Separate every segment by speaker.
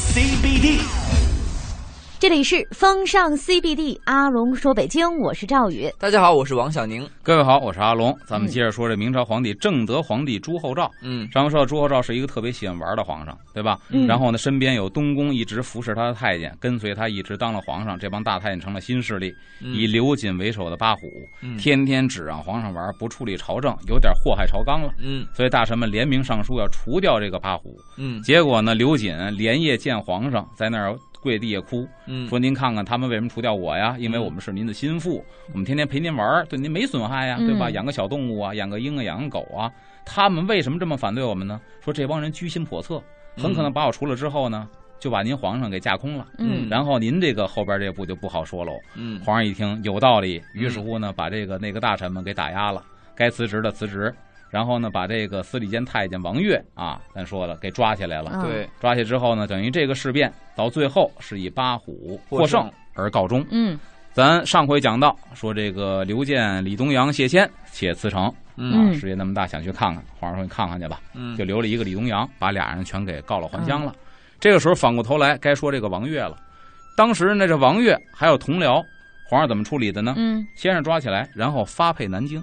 Speaker 1: CBD。
Speaker 2: 这里是风尚 CBD，阿龙说北京，我是赵宇。
Speaker 1: 大家好，我是王小宁。
Speaker 3: 各位好，我是阿龙。咱们接着说这明朝皇帝正德皇帝朱厚照。
Speaker 1: 嗯
Speaker 3: 上回说到朱厚照是一个特别喜欢玩的皇上，对吧？
Speaker 2: 嗯
Speaker 3: 然后呢，身边有东宫一直服侍他的太监，跟随他一直当了皇上。这帮大太监成了新势力，以刘瑾为首的八虎，
Speaker 1: 嗯
Speaker 3: 天天只让皇上玩，不处理朝政，有点祸害朝纲了。
Speaker 1: 嗯
Speaker 3: 所以大臣们联名上书要除掉这个八虎。
Speaker 1: 嗯
Speaker 3: 结果呢，刘瑾连夜见皇上，在那儿跪地下哭，
Speaker 1: 嗯
Speaker 3: 说您看看他们为什么除掉我呀？因为我们是您的心腹，我们天天陪您玩儿，对您没损害呀，
Speaker 2: 嗯
Speaker 3: 对吧？养个小动物啊，养个鹰啊，养个狗啊，他们为什么这么反对我们呢？说这帮人居心叵测，很可能把我除了之后呢，就把您皇上给架空了。
Speaker 2: 嗯
Speaker 3: 然后您这个后边这步就不好说喽。
Speaker 1: 嗯
Speaker 3: 皇上一听有道理，于是乎呢，把这个那个大臣们给打压了，该辞职的辞职，然后呢，把这个司礼监太监王岳啊，咱说了，给抓起来了。
Speaker 2: 嗯
Speaker 1: 对，
Speaker 3: 抓起之后呢，等于这个事变到最后是以八虎获
Speaker 1: 获
Speaker 3: 胜
Speaker 1: 胜
Speaker 3: 而告终。
Speaker 2: 嗯
Speaker 3: 咱上回讲到说这个刘建、李东阳、谢谦且辞呈啊，
Speaker 2: 嗯
Speaker 3: 世界那么大，想去看看。皇上说你看看去吧，
Speaker 1: 嗯
Speaker 3: 就留了一个李东阳，把俩人全给告老还乡了。这个时候反过头来该说这个王岳了。当时呢，这王岳还有同僚，皇上怎么处理的呢？
Speaker 2: 嗯
Speaker 3: 先是抓起来，然后发配南京，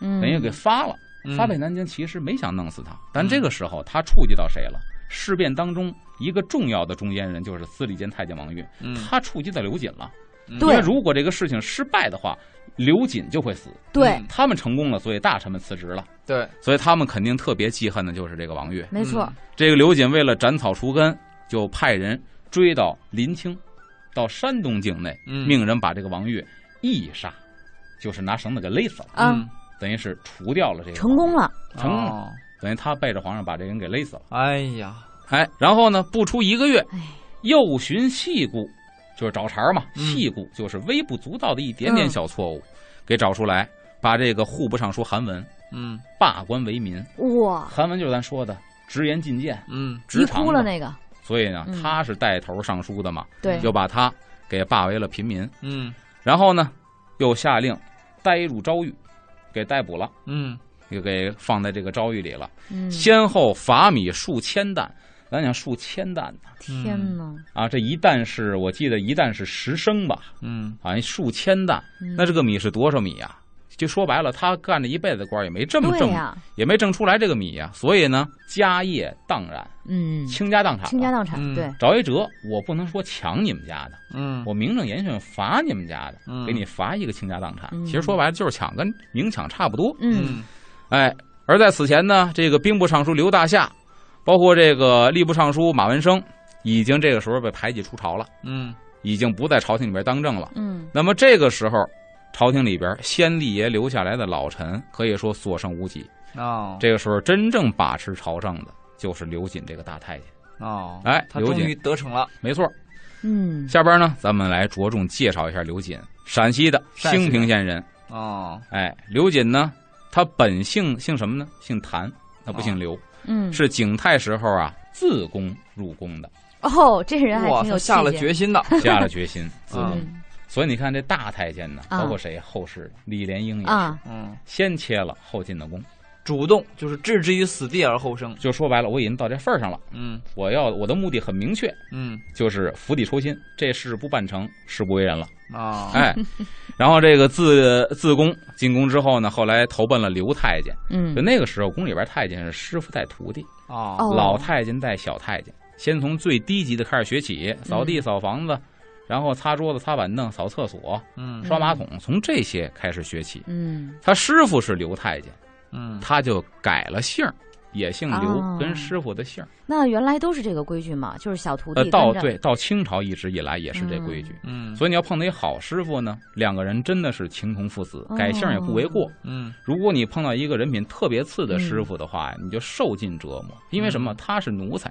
Speaker 2: 嗯，
Speaker 3: 等于给发了。
Speaker 1: 嗯
Speaker 3: 发配南京其实没想弄死他，
Speaker 2: 嗯
Speaker 3: 但这个时候他触及到谁了？事变当中一个重要的中间人就是司礼监太监王岳，
Speaker 1: 嗯
Speaker 3: 他触及到刘瑾了。因为
Speaker 2: 对
Speaker 3: 如果这个事情失败的话，刘瑾就会死。
Speaker 2: 对，
Speaker 3: 他们成功了，所以大臣们辞职了，
Speaker 1: 对，
Speaker 3: 所以他们肯定特别记恨的就是这个王岳。
Speaker 2: 没错，
Speaker 3: 这个刘瑾为了斩草除根，就派人追到临清，到山东境内，
Speaker 1: 嗯
Speaker 3: 命人把这个王岳缢杀，就是拿绳子给勒死了，
Speaker 1: 嗯
Speaker 2: 啊，
Speaker 3: 等于是除掉了这个
Speaker 2: 成功了，
Speaker 3: 成功了。
Speaker 1: 哦
Speaker 3: 等于他背着皇上把这人给勒死了。
Speaker 1: 哎呀，
Speaker 3: 哎，然后呢，不出一个月
Speaker 2: 哎，
Speaker 3: 又寻细故，就是找茬儿嘛。
Speaker 1: 嗯
Speaker 3: 细故就是微不足道的一点点
Speaker 2: 嗯
Speaker 3: 小错误，给找出来，把这个户部尚书韩文
Speaker 1: 嗯
Speaker 3: 罢官为民。
Speaker 2: 哇，
Speaker 3: 韩文就是咱说的直言进谏，
Speaker 1: 嗯
Speaker 2: 急
Speaker 3: 直肠
Speaker 2: 哭了
Speaker 3: 子
Speaker 2: 那个，
Speaker 3: 所以呢，
Speaker 2: 嗯
Speaker 3: 他是带头上书的嘛，
Speaker 2: 对，
Speaker 3: 就把他给罢为了平民。
Speaker 1: 嗯
Speaker 3: 然后呢，又下令逮入诏狱，给逮捕了，
Speaker 1: 嗯
Speaker 3: 又给放在这个诏狱里了。
Speaker 2: 嗯，
Speaker 3: 先后罚米数千担，咱讲数千担呐
Speaker 2: 天哪，
Speaker 3: 啊，这一担是我记得一担是十升吧，
Speaker 1: 嗯
Speaker 3: 好像数千担，
Speaker 2: 嗯
Speaker 3: 那这个米是多少米呀、就说白了，他干这一辈子官儿也没这么
Speaker 2: 对
Speaker 3: 挣，
Speaker 2: 呀，
Speaker 3: 也没挣出来这个米呀、所以呢，家业荡然，
Speaker 2: 嗯，
Speaker 3: 倾家荡产了。
Speaker 2: 倾家荡产
Speaker 1: 嗯，
Speaker 2: 对，
Speaker 3: 找一辙，我不能说抢你们家的，
Speaker 1: 嗯，
Speaker 3: 我名正言顺罚你们家的，
Speaker 1: 嗯
Speaker 3: 给你罚一个倾家荡产。
Speaker 2: 嗯
Speaker 3: 其实说白了就是抢，跟明抢差不多。
Speaker 2: 嗯
Speaker 3: 哎，而在此前呢，这个兵部尚书刘大夏，包括这个吏部尚书马文生，已经这个时候被排挤出朝了，
Speaker 1: 嗯
Speaker 3: 已经不在朝廷里边当政了。
Speaker 2: 嗯
Speaker 3: 那么这个时候，朝廷里边先帝爷留下来的老臣可以说所剩无几。
Speaker 1: 哦
Speaker 3: 这个时候真正把持朝政的就是刘瑾这个大太监。
Speaker 1: 哦，
Speaker 3: 哎，
Speaker 1: 他
Speaker 3: 刘
Speaker 1: 终于
Speaker 3: 瑾
Speaker 1: 得逞了，
Speaker 3: 没错。
Speaker 2: 嗯，
Speaker 3: 下边呢，咱们来着重介绍一下刘瑾，陕西的
Speaker 1: 陕西的
Speaker 3: 兴平县人。
Speaker 1: 哦，
Speaker 3: 哎，刘瑾呢，他本姓姓什么呢？姓谭，
Speaker 1: 啊
Speaker 3: 他不姓刘。
Speaker 2: 嗯，
Speaker 3: 是景泰时候啊自宫入 宫的，
Speaker 2: 哦，这人还
Speaker 1: 哇，
Speaker 2: 挺
Speaker 1: 他
Speaker 2: 有
Speaker 1: 下了
Speaker 2: 气节，
Speaker 1: 决 心的，
Speaker 3: 下了决心自宫。
Speaker 2: 嗯
Speaker 3: 所以你看这大太监呢，
Speaker 2: 啊
Speaker 3: 包括谁，后世李莲英也是、
Speaker 2: 啊，
Speaker 1: 嗯，
Speaker 3: 先切了后进的宫，
Speaker 1: 主动就是置之于死地而后生，
Speaker 3: 就说白了，我已经到这份儿上了，
Speaker 1: 嗯
Speaker 3: 我要我的目的很明确，
Speaker 1: 嗯
Speaker 3: 就是釜底抽薪，这事不办成，誓不为 人了。
Speaker 1: 啊，
Speaker 3: 哎，然后这个自自宫进宫之后呢，后来投奔了刘太监。
Speaker 2: 嗯
Speaker 3: 就，那个时候，宫里边太监是师傅带徒弟，
Speaker 1: 哦
Speaker 2: 哦
Speaker 3: 老太监带小太监，先从最低级的开始学起，
Speaker 2: 嗯
Speaker 3: 扫地、扫房子，然后擦桌子、擦板凳、扫厕所、
Speaker 1: 嗯
Speaker 3: 刷马桶，从这些开始学起。
Speaker 2: 嗯
Speaker 3: 他师傅是刘太监，
Speaker 1: 嗯
Speaker 3: 他就改了姓儿也姓刘
Speaker 2: 哦，
Speaker 3: 跟师傅的姓儿。
Speaker 2: 那原来都是这个规矩嘛，就是小徒弟
Speaker 3: 呃，
Speaker 2: 跟
Speaker 3: 到
Speaker 2: 着，
Speaker 3: 对到清朝一直以来也是这规矩。
Speaker 1: 嗯，
Speaker 3: 所以你要碰到一好师傅呢，两个人真的是情同父
Speaker 2: 哦
Speaker 3: 子，改姓儿也不为过。
Speaker 1: 嗯
Speaker 3: 如果你碰到一个人品特别次的师傅的话，
Speaker 2: 嗯
Speaker 3: 你就受尽折磨。因为什么？他是奴才，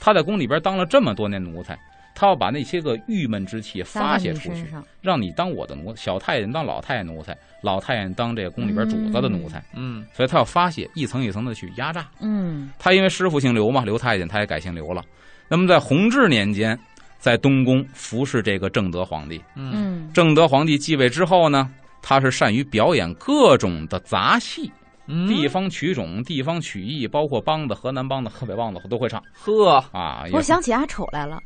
Speaker 3: 他在宫里边当了这么多年奴才，他要把那些个郁闷之气
Speaker 2: 撒到
Speaker 3: 发泄
Speaker 2: 你
Speaker 3: 出
Speaker 2: 身
Speaker 3: 去，
Speaker 2: 上
Speaker 3: 让你当我的奴，小太监当老太监奴才，老太监当这个宫里边主子的奴才，
Speaker 1: 嗯
Speaker 3: 所以他要发泄，一层一层的去压榨。
Speaker 2: 嗯
Speaker 3: 他因为师傅姓刘嘛，刘太监，他也改姓刘了。那么在弘治年间，在东宫服侍这个正德皇帝。
Speaker 1: 嗯
Speaker 2: 嗯
Speaker 3: 正德皇帝继位之后呢，他是善于表演各种的杂戏，
Speaker 1: 嗯
Speaker 3: 地方曲种、地方曲艺，包括梆子、河南梆子、河北梆子都会唱
Speaker 1: 呵，
Speaker 3: 啊，也
Speaker 2: 我想起阿丑来了，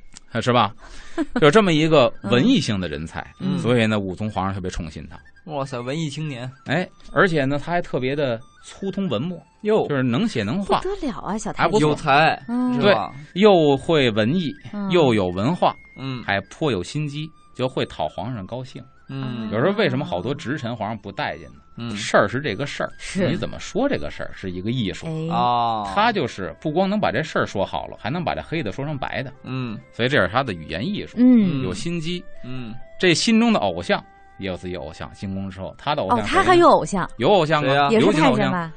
Speaker 3: 是吧？ 就这么一个文艺性的人才，
Speaker 1: 嗯
Speaker 3: 所以呢，武宗皇上特别宠信他。
Speaker 1: 哇塞，文艺青年
Speaker 3: 哎，而且呢，他还特别的粗通文墨，
Speaker 1: 哟
Speaker 3: 就是能写能
Speaker 2: 不
Speaker 3: 画，
Speaker 2: 得了啊，小
Speaker 3: 还
Speaker 2: 太
Speaker 3: 不
Speaker 2: 监。
Speaker 3: 错
Speaker 1: 有才，
Speaker 2: 嗯
Speaker 1: 是吧？
Speaker 3: 又会文艺，
Speaker 2: 嗯
Speaker 3: 又有文化，
Speaker 1: 嗯
Speaker 3: 还颇有心机，就会讨皇上高兴。
Speaker 1: 嗯
Speaker 3: 有时候为什么好多直臣皇上不待见呢？
Speaker 1: 嗯
Speaker 3: 事儿是这个事儿，
Speaker 2: 是
Speaker 3: 你怎么说这个事儿是一个艺术。
Speaker 2: 哎，
Speaker 1: 啊，
Speaker 3: 他就是不光能把这事儿说好了，还能把这黑的说成白的，
Speaker 1: 嗯
Speaker 3: 所以这是他的语言艺术，
Speaker 2: 嗯，
Speaker 3: 有心机。
Speaker 1: 嗯，
Speaker 3: 这心中的偶像也有自己偶像，进宫之后他的偶
Speaker 2: 哦
Speaker 3: 像，谁呢、
Speaker 2: 他还有偶像，
Speaker 3: 有偶像
Speaker 1: 谁
Speaker 3: 啊，
Speaker 1: 呀
Speaker 2: 也
Speaker 3: 有
Speaker 2: 是
Speaker 3: 几个
Speaker 2: 太
Speaker 3: 偶
Speaker 2: 监
Speaker 3: 像？
Speaker 2: 吧？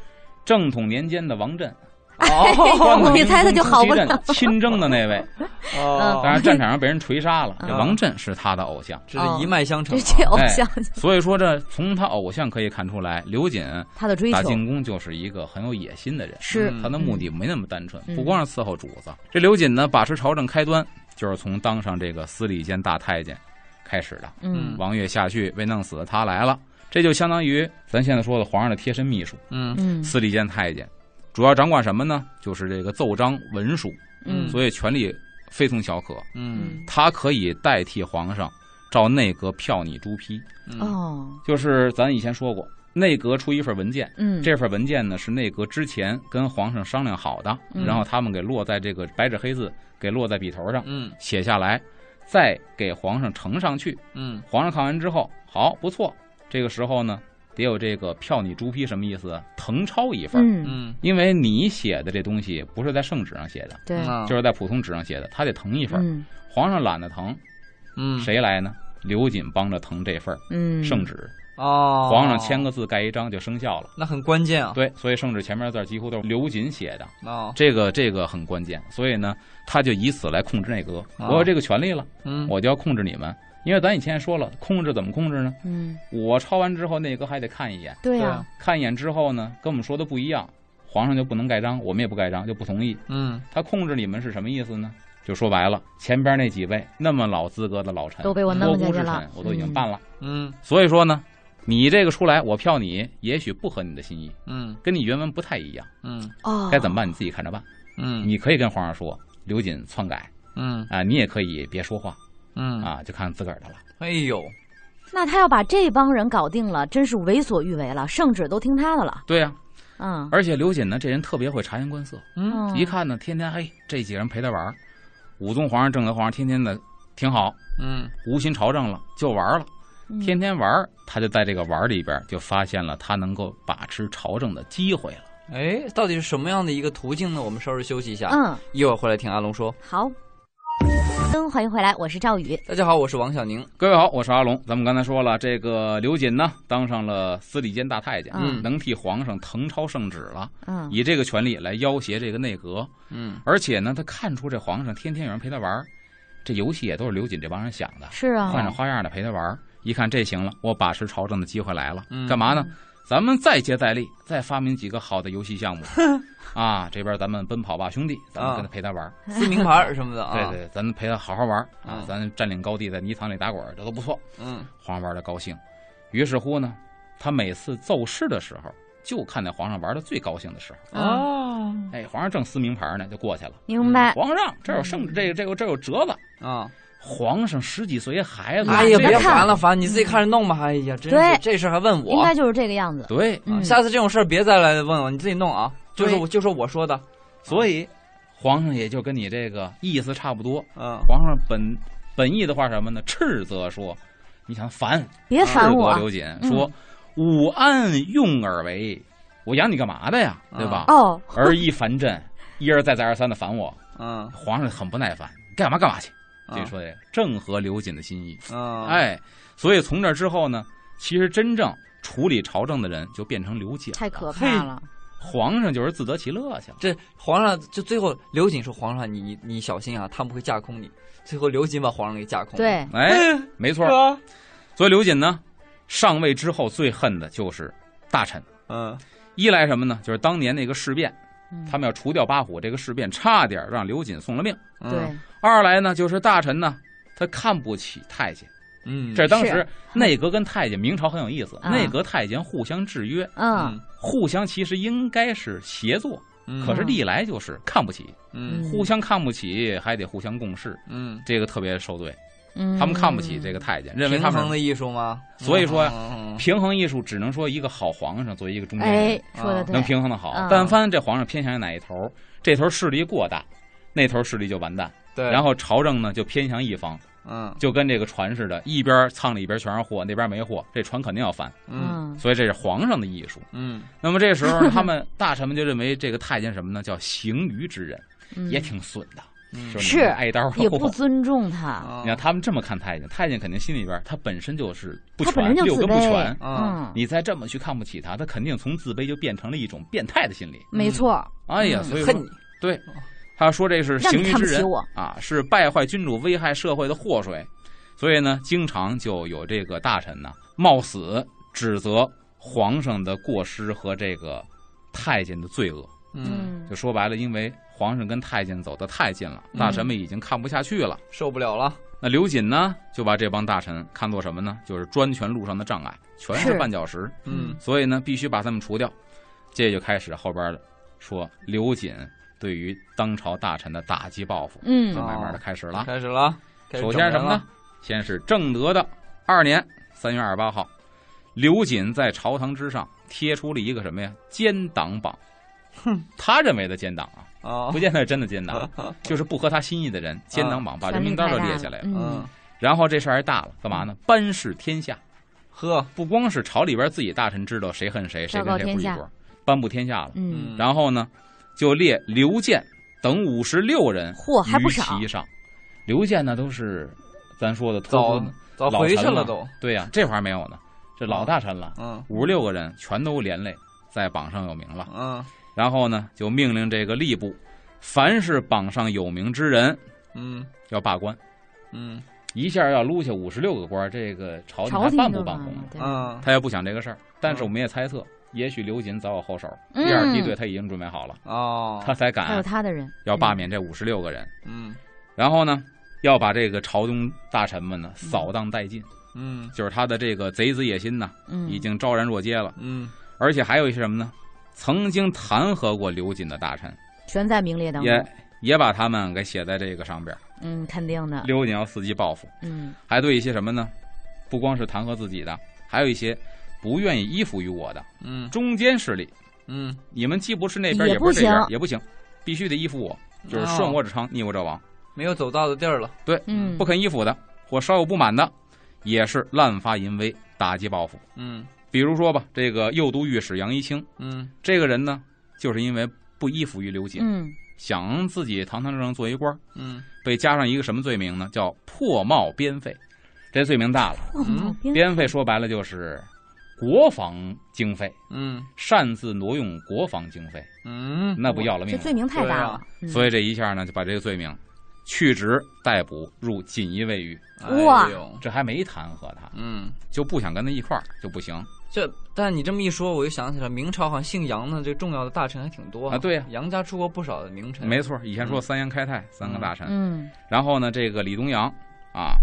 Speaker 3: 正统年间的王振，
Speaker 1: 哦
Speaker 2: 我一猜他就好不了
Speaker 3: 了。亲征的那 位，当
Speaker 1: 哦，
Speaker 3: 然战场上被人锤杀了，
Speaker 2: 嗯
Speaker 3: 这王振是他的偶像。
Speaker 1: 这是一脉相承
Speaker 2: 这
Speaker 1: 啊，
Speaker 2: 这偶像，
Speaker 3: 所以说，这从他偶像可以看出来，刘瑾
Speaker 2: 他的追
Speaker 3: 打
Speaker 2: 求
Speaker 3: 进宫就是一个很有野心的人。
Speaker 2: 是
Speaker 1: 嗯
Speaker 3: 他的目的没那么单纯，
Speaker 2: 嗯
Speaker 3: 不光是伺候主子。这刘瑾呢，把持朝政开端，就是从当上这个司礼监大太监开始的。
Speaker 2: 嗯
Speaker 3: 王岳下去被弄死的他来了，这就相当于咱现在说的皇上的贴身秘书，
Speaker 1: 嗯
Speaker 2: 嗯
Speaker 3: 司礼监太监，主要掌管什么呢？就是这个奏章文书，
Speaker 2: 嗯
Speaker 3: 所以权力非同小可。
Speaker 1: 嗯
Speaker 3: 他可以代替皇上照内阁票拟朱批，
Speaker 1: 嗯
Speaker 2: 哦
Speaker 3: 就是咱以前说过，内阁出一份文件。
Speaker 2: 嗯
Speaker 3: 这份文件呢是内阁之前跟皇上商量好的，
Speaker 2: 嗯
Speaker 3: 然后他们给落在这个白纸黑字给落在笔头上
Speaker 1: 嗯
Speaker 3: 写下来，再给皇上呈上去。
Speaker 1: 嗯
Speaker 3: 皇上看完之后，好不错，这个时候呢得有这个票拟朱批什么意思？誊抄一份儿，
Speaker 2: 嗯
Speaker 1: 嗯，
Speaker 3: 因为你写的这东西不是在圣旨上写的，
Speaker 2: 对
Speaker 1: 嗯
Speaker 3: 就是在普通纸上写的，他得誊一份儿。
Speaker 2: 嗯
Speaker 3: 皇上懒得誊，
Speaker 1: 嗯
Speaker 3: 谁来呢？刘瑾帮着誊这份儿
Speaker 2: 嗯
Speaker 3: 圣旨，
Speaker 1: 哦，
Speaker 3: 皇上签个字盖一章就生效了。
Speaker 1: 那很关键啊，
Speaker 3: 对，所以圣旨前面的字儿几乎都是刘瑾写的，
Speaker 1: 哦，
Speaker 3: 这个这个很关键。所以呢，他就以此来控制内阁。
Speaker 1: 啊
Speaker 3: 我有这个权利了，
Speaker 1: 嗯
Speaker 3: 我就要控制你们。因为咱以前也说了，控制怎么控制呢？
Speaker 2: 嗯
Speaker 3: 我抄完之后，内阁还得看一眼，
Speaker 2: 对
Speaker 1: 对
Speaker 2: 呀
Speaker 1: 啊
Speaker 3: 看一眼之后呢，跟我们说的不一样，皇上就不能盖章，我们也不盖章，就不同意。
Speaker 1: 嗯
Speaker 3: 他控制你们是什么意思呢？就说白了，前边那几位那么老资格的老臣，
Speaker 2: 都被我弄
Speaker 3: 托
Speaker 2: 进
Speaker 3: 孤
Speaker 2: 去
Speaker 3: 之
Speaker 2: 了
Speaker 3: 臣，我都已经
Speaker 2: 嗯
Speaker 3: 办了。
Speaker 1: 嗯
Speaker 3: 所以说呢，你这个出来，我票你，也许不合你的心意，
Speaker 1: 嗯
Speaker 3: 跟你原文不太一样。
Speaker 1: 嗯
Speaker 2: 哦
Speaker 3: 该怎么办你自己看着办。
Speaker 1: 嗯
Speaker 3: 你可以跟皇上说刘瑾篡改
Speaker 1: 嗯
Speaker 3: 啊，你也可以别说话
Speaker 1: 嗯，
Speaker 3: 啊，就看自个儿的了。
Speaker 1: 哎
Speaker 2: 嗯
Speaker 1: 呦，
Speaker 2: 那他要把这帮人搞定了，真是为所欲为了，圣旨都听他的了。
Speaker 3: 对呀、
Speaker 2: 嗯，
Speaker 3: 而且刘瑾呢，这人特别会察言观色，
Speaker 1: 嗯
Speaker 2: 嗯
Speaker 3: 一看呢，天天嘿，这几个人陪他玩儿，武宗皇上、正德皇上天天的挺好，
Speaker 1: 嗯
Speaker 3: 无心朝政了，就玩儿了，
Speaker 2: 嗯
Speaker 3: 天天玩儿，他就在这个玩儿里边儿就发现了他能够把持朝政的机会了。
Speaker 1: 哎，到底是什么样的一个途径呢？我们稍事休息一下，
Speaker 2: 嗯
Speaker 1: 一会儿回来听阿龙说。
Speaker 2: 好。嗯，欢迎回来，我是赵宇。
Speaker 1: 大家好，我是王小宁。
Speaker 3: 各位好，我是阿龙。咱们刚才说了，这个刘瑾呢，当上了司礼监大太监，
Speaker 2: 嗯
Speaker 3: 能替皇上誊抄圣旨了。
Speaker 2: 嗯
Speaker 3: 以这个权利来要挟这个内阁，
Speaker 1: 嗯
Speaker 3: 而且呢，他看出这皇上天天有人陪他玩儿，这游戏也都是刘瑾这帮人想的，
Speaker 2: 是啊，
Speaker 3: 换着花样的陪他玩儿。一看这行了，我把持朝政的机会来了，
Speaker 1: 嗯
Speaker 3: 干嘛呢？咱们再接再厉，再发明几个好的游 戏项目啊！这边咱们奔跑吧兄弟，咱们跟他陪他玩儿，
Speaker 1: 撕名牌儿什么的啊，
Speaker 3: 对对，咱们陪他好好玩儿啊
Speaker 1: 嗯，
Speaker 3: 咱占领高地，在泥塘里打滚儿，这都不错。
Speaker 1: 嗯
Speaker 3: 皇上玩的高兴，于是乎呢，他每次奏事的时候，就看见皇上玩的最高兴的时候。
Speaker 1: 哦
Speaker 3: 哎，皇上正撕名牌呢，就过去了。
Speaker 2: 明白。
Speaker 3: 皇上，这有圣旨，这这有这有折子。
Speaker 1: 啊，
Speaker 3: 皇上十几岁孩子，
Speaker 1: 哎呀，
Speaker 3: 这
Speaker 1: 别
Speaker 2: 看
Speaker 1: 烦了，烦你自己看着弄吧。哎呀，真
Speaker 2: 对
Speaker 1: 是这事儿还问
Speaker 2: 应
Speaker 1: 我啊
Speaker 2: 该，就是这个样子。
Speaker 3: 对，
Speaker 2: 嗯，
Speaker 1: 下次这种事儿别再来问我，你自己弄啊。就是
Speaker 3: 对
Speaker 1: 我，就是我说的，
Speaker 3: 所以皇上也就跟你这个意思差不多。
Speaker 1: 嗯
Speaker 3: 皇上本本意的话是什么呢？斥责说，你想烦，
Speaker 2: 别
Speaker 3: 斥
Speaker 2: 烦我啊嗯
Speaker 3: 责。刘瑾说，武安用而为，我养你干嘛的呀？对吧？
Speaker 2: 哦，
Speaker 3: 而一烦朕，一而再再而三的烦我，
Speaker 1: 嗯，
Speaker 3: 皇上很不耐烦，干嘛干嘛去。
Speaker 1: 嗯
Speaker 2: 啊
Speaker 3: 这，说的正合刘瑾的心意。
Speaker 1: 嗯，
Speaker 3: 哎，所以从这之后呢，其实真正处理朝政的人就变成刘瑾，
Speaker 2: 太可怕了。
Speaker 3: 皇上就是自得其乐去了。
Speaker 1: 这皇上就最后刘瑾说：“皇上，你你你小心啊，他们会架空你。”最后刘瑾把皇上给架空了。
Speaker 2: 对，
Speaker 3: 哎，
Speaker 1: 哎，
Speaker 3: 没错
Speaker 1: 是
Speaker 3: 儿。
Speaker 1: 吧？
Speaker 3: 所以刘瑾呢，上位之后最恨的就是大臣。
Speaker 1: 嗯
Speaker 3: 一来什么呢？就是当年那个事变，
Speaker 2: 嗯
Speaker 3: 他们要除掉八虎这个事变，差点让刘瑾送了命。
Speaker 1: 嗯
Speaker 2: 对，
Speaker 3: 二来呢，就是大臣呢，他看不起太监，
Speaker 1: 嗯，
Speaker 3: 这当
Speaker 2: 是
Speaker 3: 时内阁跟太监，明朝很有意思，
Speaker 2: 啊
Speaker 3: 内阁太监互相制约，
Speaker 2: 嗯
Speaker 3: 互相其实应该是协作，
Speaker 1: 嗯
Speaker 3: 可是历来就是看不起，
Speaker 1: 嗯
Speaker 3: 互相看不起，还得互相共事，
Speaker 1: 嗯，
Speaker 3: 这个特别受罪。
Speaker 2: 嗯，
Speaker 3: 他们看不起这个太监，认为
Speaker 1: 平
Speaker 3: 他
Speaker 1: 衡
Speaker 3: 们
Speaker 1: 的艺术吗？
Speaker 3: 所以说
Speaker 1: 嗯
Speaker 3: 平衡艺术只能说一个好皇上作为一个中间
Speaker 2: 哎
Speaker 3: 人，
Speaker 2: 说的
Speaker 1: 啊
Speaker 2: 对，
Speaker 3: 能平衡的好
Speaker 2: 嗯。
Speaker 3: 但凡这皇上偏向于哪一头，这头势力过大，那头势力就完蛋。
Speaker 1: 对，
Speaker 3: 然后朝政呢就偏向一方，
Speaker 1: 嗯
Speaker 3: 就跟这个船似的，一边舱里边全是货，那边没货，这船肯定要翻。
Speaker 1: 嗯
Speaker 2: 嗯
Speaker 3: 所以这是皇上的艺术。
Speaker 1: 嗯
Speaker 3: 那么这时 候呢，他们大臣们就认为这个太监什么呢，叫行于之人，
Speaker 2: 嗯
Speaker 3: 也挺损的，
Speaker 1: 嗯
Speaker 3: 就是你挨刀啊
Speaker 2: 也不尊重他，
Speaker 1: 啊
Speaker 3: 你看他们这么看太监，太监肯定心里边他本身就是不
Speaker 2: 他本身就
Speaker 3: 全，六
Speaker 2: 自
Speaker 3: 根不全
Speaker 2: 卑，。
Speaker 1: 啊
Speaker 2: 嗯，
Speaker 3: 你再这么去看不起他，他肯定从自卑就变成了一种变态的心理。
Speaker 2: 没错，
Speaker 3: 哎呀，
Speaker 2: 嗯
Speaker 3: 所以
Speaker 1: 恨
Speaker 3: 说
Speaker 1: 你
Speaker 3: 对，他说这是
Speaker 2: 让
Speaker 3: 行
Speaker 2: 你
Speaker 3: 于
Speaker 2: 看不
Speaker 3: 之
Speaker 2: 起
Speaker 3: 人
Speaker 2: 我，
Speaker 3: 啊，是败坏君主、危害社会的祸水。所以呢，经常就有这个大臣呢冒死指责皇上的过失和这个太监的罪恶。
Speaker 1: 嗯，
Speaker 3: 就说白了，因为皇上跟太监走得太近了，大臣们已经看不下去了。
Speaker 1: 受不了了，
Speaker 3: 那刘瑾呢，就把这帮大臣看作什么呢？就是专权路上的障碍，全是
Speaker 2: 是
Speaker 3: 绊脚石。
Speaker 1: 嗯
Speaker 3: 所以呢，必须把他们除掉。这就开始后边的说刘瑾对于当朝大臣的打击报复，
Speaker 2: 嗯
Speaker 3: 就慢慢的嗯开始了。
Speaker 1: 开始了，嗯开始
Speaker 3: 首
Speaker 1: 整
Speaker 3: 先
Speaker 1: 人
Speaker 3: 是什么呢
Speaker 1: 了？？
Speaker 3: 先是正德的二年三月二十八号，刘瑾在朝堂之上贴出了一个什么呀？奸党榜。哼，他认为的奸党啊，
Speaker 1: 啊
Speaker 3: 不，见得是真的奸党，啊就是不合他心意的人，奸党榜把
Speaker 2: 权
Speaker 3: 人
Speaker 2: 力
Speaker 3: 名单
Speaker 2: 太
Speaker 3: 都
Speaker 2: 大
Speaker 3: 列下来了。
Speaker 2: 嗯
Speaker 1: 嗯，
Speaker 3: 然后这事儿还大了，干嘛呢？班视天下，
Speaker 1: 呵，
Speaker 3: 不光是朝里边自己大臣知道谁恨谁，谁跟谁不一
Speaker 2: 昭告天
Speaker 3: 伙，颁布天下了。
Speaker 2: 嗯，
Speaker 3: 然后呢，就列刘建等五十六人
Speaker 2: 嚯哦还不
Speaker 3: 于
Speaker 2: 少
Speaker 3: 其上。刘建呢，都是咱说的
Speaker 1: 早
Speaker 3: 脱裤子
Speaker 1: 早
Speaker 3: 老
Speaker 1: 回去
Speaker 3: 臣
Speaker 1: 了
Speaker 3: 了
Speaker 1: 都，
Speaker 3: 对呀、这会儿还没有呢，这老大臣了，
Speaker 1: 嗯
Speaker 3: 五十六个人全都连累在榜上有名了。
Speaker 1: 嗯
Speaker 3: 然后呢，就命令这个吏部，凡是榜上有名之人
Speaker 1: 嗯
Speaker 3: 要罢官，
Speaker 1: 嗯
Speaker 3: 一下要撸下五十六个官儿，这个朝廷
Speaker 2: 朝
Speaker 3: 还
Speaker 2: 廷
Speaker 3: 办
Speaker 2: 就
Speaker 3: 不办
Speaker 2: 完
Speaker 3: 公
Speaker 2: 了
Speaker 3: 啊？
Speaker 2: 对
Speaker 1: 嗯
Speaker 3: 他也不想这个事儿，但是我们也猜测，也许刘瑾早有后手，
Speaker 2: 嗯
Speaker 3: 第二梯队他已经准备好了，
Speaker 1: 哦，
Speaker 3: 他
Speaker 2: 还
Speaker 3: 才
Speaker 2: 有
Speaker 3: 敢啊
Speaker 2: 他的人
Speaker 3: 要罢免这五十六个人，
Speaker 1: 嗯
Speaker 3: 然后呢，要把这个朝中大臣们呢扫荡殆尽，
Speaker 1: 嗯
Speaker 3: 就是他的这个贼子野心呐，
Speaker 2: 嗯，
Speaker 3: 已经昭然若揭了，
Speaker 1: 嗯
Speaker 3: 而且还有一些什么呢？曾经弹劾过刘瑾的大臣，
Speaker 2: 全在名列当
Speaker 3: 也
Speaker 2: 中，
Speaker 3: 也把他们给写在这个上边儿。
Speaker 2: 嗯，肯定的，
Speaker 3: 刘瑾要伺机报复，
Speaker 2: 嗯
Speaker 3: 还对一些什么呢？不光是弹劾自己的，还有一些不愿意依附于我的
Speaker 1: 嗯
Speaker 3: 中间势力。
Speaker 1: 嗯，
Speaker 3: 你们既不是那边，
Speaker 2: 也
Speaker 3: 也不是这边
Speaker 2: 不，行哦
Speaker 3: 也不行，必须得依附我，就是顺我者昌，逆我者亡。
Speaker 1: 哦没有走到的地儿了，
Speaker 3: 对，
Speaker 2: 嗯，
Speaker 3: 不肯依附的或稍有不满的，也是滥发淫威，打击报复。
Speaker 1: 嗯
Speaker 3: 比如说吧，这个右都御史杨一清
Speaker 1: 嗯
Speaker 3: 这个人呢，就是因为不依附于刘瑾，
Speaker 2: 嗯
Speaker 3: 想自己堂堂正正做一官儿，
Speaker 1: 嗯
Speaker 3: 被加上一个什么罪名呢？叫破冒边费，这罪名大了。
Speaker 2: 哦
Speaker 1: 嗯
Speaker 2: 边
Speaker 3: 边费说白了就是国防经费，
Speaker 1: 嗯
Speaker 3: 擅自挪用国防经费，
Speaker 1: 嗯
Speaker 3: 那不要了命
Speaker 2: 这
Speaker 3: 了。啊
Speaker 2: 罪名太大了，嗯
Speaker 3: 所以这一下呢，就把这个罪名去职、逮捕、入锦衣卫狱。
Speaker 1: 哎
Speaker 2: 哇
Speaker 1: 呦
Speaker 3: 这还没弹劾他，
Speaker 1: 嗯，
Speaker 3: 就不想跟他一块儿就不行
Speaker 1: 这但你这么一说，我就想起来，明朝好像姓杨的这重要的大臣还挺多
Speaker 3: 啊。，对呀、
Speaker 1: 杨家出过不少的名臣，
Speaker 3: 没错儿，以前说三阳开泰、三个大臣，
Speaker 2: 嗯
Speaker 3: 然后呢，这个李东阳啊，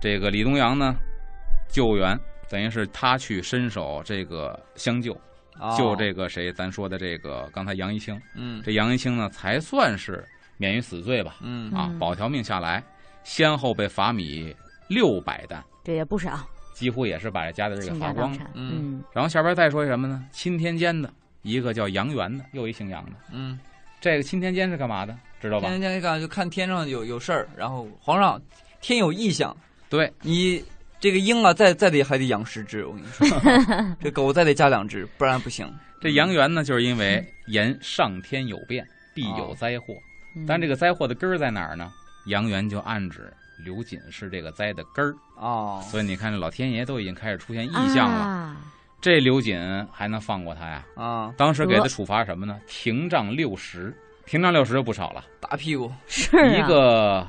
Speaker 3: 这个李东阳呢，救援等于是他去伸手这个相救，
Speaker 2: 哦
Speaker 1: 啊
Speaker 3: 救这个谁，咱说的这个刚才杨一清，
Speaker 1: 嗯
Speaker 3: 这杨一清呢才算是免于死罪吧，
Speaker 1: 嗯
Speaker 3: 啊
Speaker 2: 嗯，
Speaker 3: 保条命下来，先后被罚米六百担，
Speaker 2: 这也不少，
Speaker 3: 几乎也是把这家的这个
Speaker 2: 倾
Speaker 3: 罚
Speaker 2: 家
Speaker 3: 光
Speaker 2: 荡
Speaker 3: 了。
Speaker 2: 产，
Speaker 1: 嗯
Speaker 2: 嗯
Speaker 3: 然后下边再说什么呢？钦天监的一个叫杨元的，又一姓杨的。
Speaker 1: 嗯，
Speaker 3: 这个钦天监是干嘛的？知道吧
Speaker 1: 天？天天干就看天上有有事儿，然后皇上天有异象，
Speaker 3: 对，
Speaker 1: 你这个鹰啊，再再得还得养十只，我跟你说，这狗再得加两只，不然不行。
Speaker 3: 这杨
Speaker 1: 嗯
Speaker 3: 元呢，就是因为言上天有变，必
Speaker 1: 哦
Speaker 3: 有灾祸。
Speaker 2: 嗯，
Speaker 3: 但这个灾祸的根儿在哪儿呢？杨元就暗指刘瑾是这个灾的根儿。
Speaker 1: 哦，
Speaker 3: 所以你看，这老天爷都已经开始出现异
Speaker 2: 啊
Speaker 3: 象了，这刘瑾还能放过他呀？
Speaker 1: 啊，
Speaker 3: 当时给他处罚什么呢？廷杖六十，廷杖六十就不少了。
Speaker 1: 打屁股，
Speaker 2: 是
Speaker 3: 一
Speaker 2: 啊
Speaker 3: 个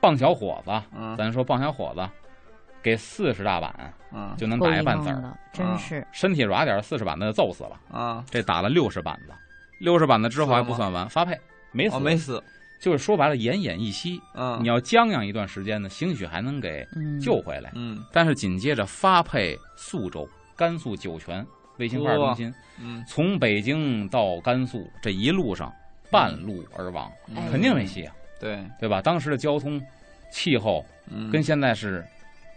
Speaker 3: 棒小伙子，
Speaker 1: 嗯
Speaker 3: 咱说棒小伙子，给四十大板
Speaker 1: 嗯
Speaker 3: 就能
Speaker 2: 够
Speaker 3: 打一
Speaker 2: 一
Speaker 3: 半
Speaker 2: 弄
Speaker 3: 子儿，啊
Speaker 2: 的，真是，
Speaker 3: 身体软点儿，四十板子就揍死了。
Speaker 1: 啊，
Speaker 3: 这打了六十板子，六十板子之后
Speaker 1: 死了
Speaker 3: 还
Speaker 1: 吗
Speaker 3: 不算完，发配没死，
Speaker 1: 哦没死，
Speaker 3: 就是说白了奄奄一息。
Speaker 1: 嗯，
Speaker 3: 你要将养一段时间呢，兴许还能给
Speaker 2: 嗯，
Speaker 3: 救回来。
Speaker 1: 嗯
Speaker 3: 但是紧接着发配苏州、甘肃酒泉卫星画中心，
Speaker 1: 嗯，
Speaker 3: 从北京到甘肃这一路上半路而亡，
Speaker 1: 嗯
Speaker 2: 哎
Speaker 3: 肯定没戏啊，
Speaker 1: 对，
Speaker 3: 对吧？当时的交通、气候
Speaker 1: 嗯，
Speaker 3: 跟现在是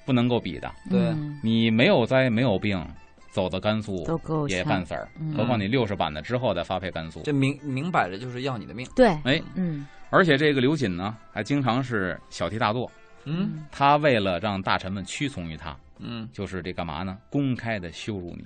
Speaker 3: 不能够比的。
Speaker 1: 对
Speaker 2: 嗯
Speaker 3: 你没有灾没有病，走到甘肃
Speaker 2: 都够
Speaker 3: 也
Speaker 2: 呛
Speaker 3: 犯，事儿，
Speaker 2: 嗯
Speaker 3: 何况你六十版的之后再发配甘肃。
Speaker 1: 这明明摆着就是要你的命。
Speaker 2: 对，
Speaker 3: 哎，
Speaker 2: 嗯
Speaker 3: 而且这个刘瑾呢，还经常是小题大做。
Speaker 1: 嗯
Speaker 3: 他为了让大臣们屈从于他，
Speaker 1: 嗯，
Speaker 3: 就是这干嘛呢？公开的羞辱你，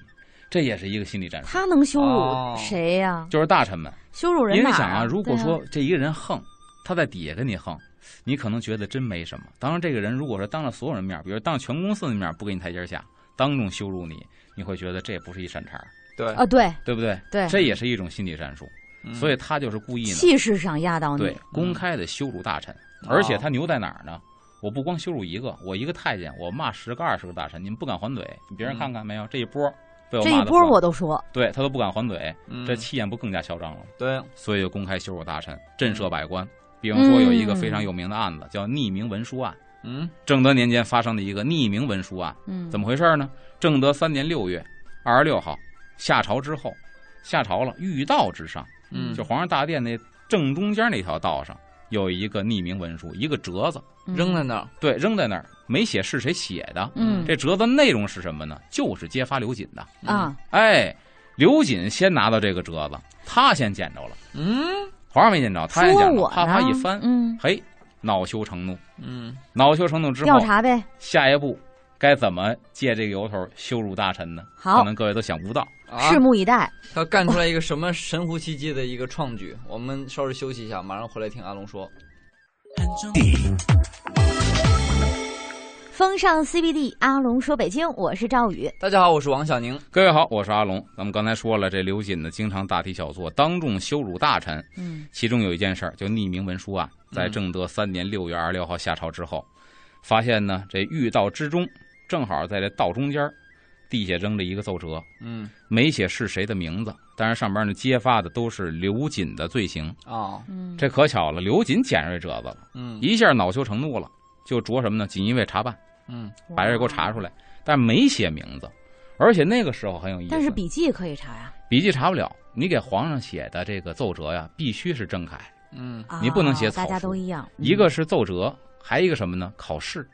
Speaker 3: 这也是一个心理战术。
Speaker 2: 他能羞
Speaker 1: 哦
Speaker 2: 辱谁呀？
Speaker 3: 就是大臣们，
Speaker 2: 羞辱人
Speaker 3: 因
Speaker 2: 哪
Speaker 3: 为你
Speaker 2: 儿
Speaker 3: 想啊，如果
Speaker 2: 对啊
Speaker 3: 说这一个人横，他在底下跟你横，你可能觉得真没什么。当然，这个人如果说当着所有人面，比如当着全公司的面不给你台阶下，当众羞辱你，你会觉得这也不是一善茬儿，
Speaker 1: 对，
Speaker 2: 啊，对
Speaker 3: 对不对？
Speaker 2: 对，
Speaker 3: 这也是一种心理战术。哦
Speaker 1: 嗯
Speaker 3: 所以他就是故意呢，
Speaker 2: 气势上压倒
Speaker 3: 对
Speaker 2: 你，
Speaker 3: 公开的羞辱大臣，
Speaker 1: 嗯
Speaker 3: 而且他牛在哪儿呢？我不光羞辱一个，我一个太监，我骂十个二十个大臣，你们不敢还嘴。你别人
Speaker 1: 嗯
Speaker 3: 看看没有，这一波被我
Speaker 2: 这
Speaker 3: 骂
Speaker 2: 一
Speaker 3: 的
Speaker 2: 波我都说，
Speaker 3: 对他都不敢还嘴，
Speaker 1: 嗯
Speaker 3: 这气焰不更加嚣张了吗？
Speaker 1: 对，
Speaker 3: 所以就公开羞辱大臣，震慑百官。比方说有一个非常有名的案子叫匿名文书案，
Speaker 1: 嗯
Speaker 3: 正德年间发生的一个匿名文书案，
Speaker 2: 嗯，
Speaker 3: 怎
Speaker 2: 么
Speaker 3: 么回事呢？正德三年六月二十六号下朝之后，下朝了，御道之上。
Speaker 1: 嗯，
Speaker 3: 就皇上大殿那正中间那条道上有一个匿名文书，一个折子，
Speaker 1: 扔在那儿。
Speaker 3: 对，扔在那儿，没写是谁写的。
Speaker 2: 嗯
Speaker 3: 这折子内容是什么呢？就是揭发刘瑾的。
Speaker 2: 啊，
Speaker 3: 哎，刘瑾先拿到这个折子，他先捡着了，
Speaker 1: 嗯
Speaker 3: 皇上没捡着，他先
Speaker 2: 说
Speaker 3: 捡着，
Speaker 2: 我
Speaker 3: 啪啪
Speaker 2: 呢
Speaker 3: 一翻，
Speaker 2: 嗯，
Speaker 3: 嘿，恼羞成怒，
Speaker 1: 嗯
Speaker 3: 恼羞成怒之
Speaker 2: 调
Speaker 3: 后，
Speaker 2: 查呗，
Speaker 3: 下一步该怎么借这个由头羞辱大臣呢？
Speaker 2: 好
Speaker 3: 可能各位都想不到。
Speaker 1: 啊，
Speaker 2: 拭目以待。
Speaker 1: 他干出来一个什么神乎其技的一个创举。我们稍事休息一下，马上回来听阿龙说。
Speaker 2: 风尚 CBD，阿龙说北京，我是赵宇，
Speaker 1: 大家好，我是王小宁。
Speaker 3: 各位好，我是阿龙。咱们刚才说了，这刘瑾呢，经常大题小做，当众羞辱大臣。
Speaker 2: 嗯
Speaker 3: 其中有一件事儿，就匿名文书案，在正德三年六月二十六号下朝之后，发现呢这御道之中，正好在这道中间儿，地下扔着一个奏折，
Speaker 1: 嗯
Speaker 3: 没写是谁的名字，但是上边呢揭发的都是刘瑾的罪行。
Speaker 1: 啊
Speaker 2: 嗯，
Speaker 3: 这可巧了，刘瑾捡着这折子了，
Speaker 1: 嗯
Speaker 3: 一下恼羞成怒了，就着什么呢？锦衣卫查办，
Speaker 1: 嗯
Speaker 3: 把人给我查出来，但没写名字，而且那个时候很有意思，
Speaker 2: 但是笔记可以查呀，
Speaker 3: 笔记查不了，你给皇上写的这个奏折呀，必须是正楷。
Speaker 1: 嗯
Speaker 2: 啊
Speaker 3: 你不能写草
Speaker 2: 大家
Speaker 3: 书
Speaker 2: 都一样，
Speaker 3: 一个是奏折，还一个什么呢？考试，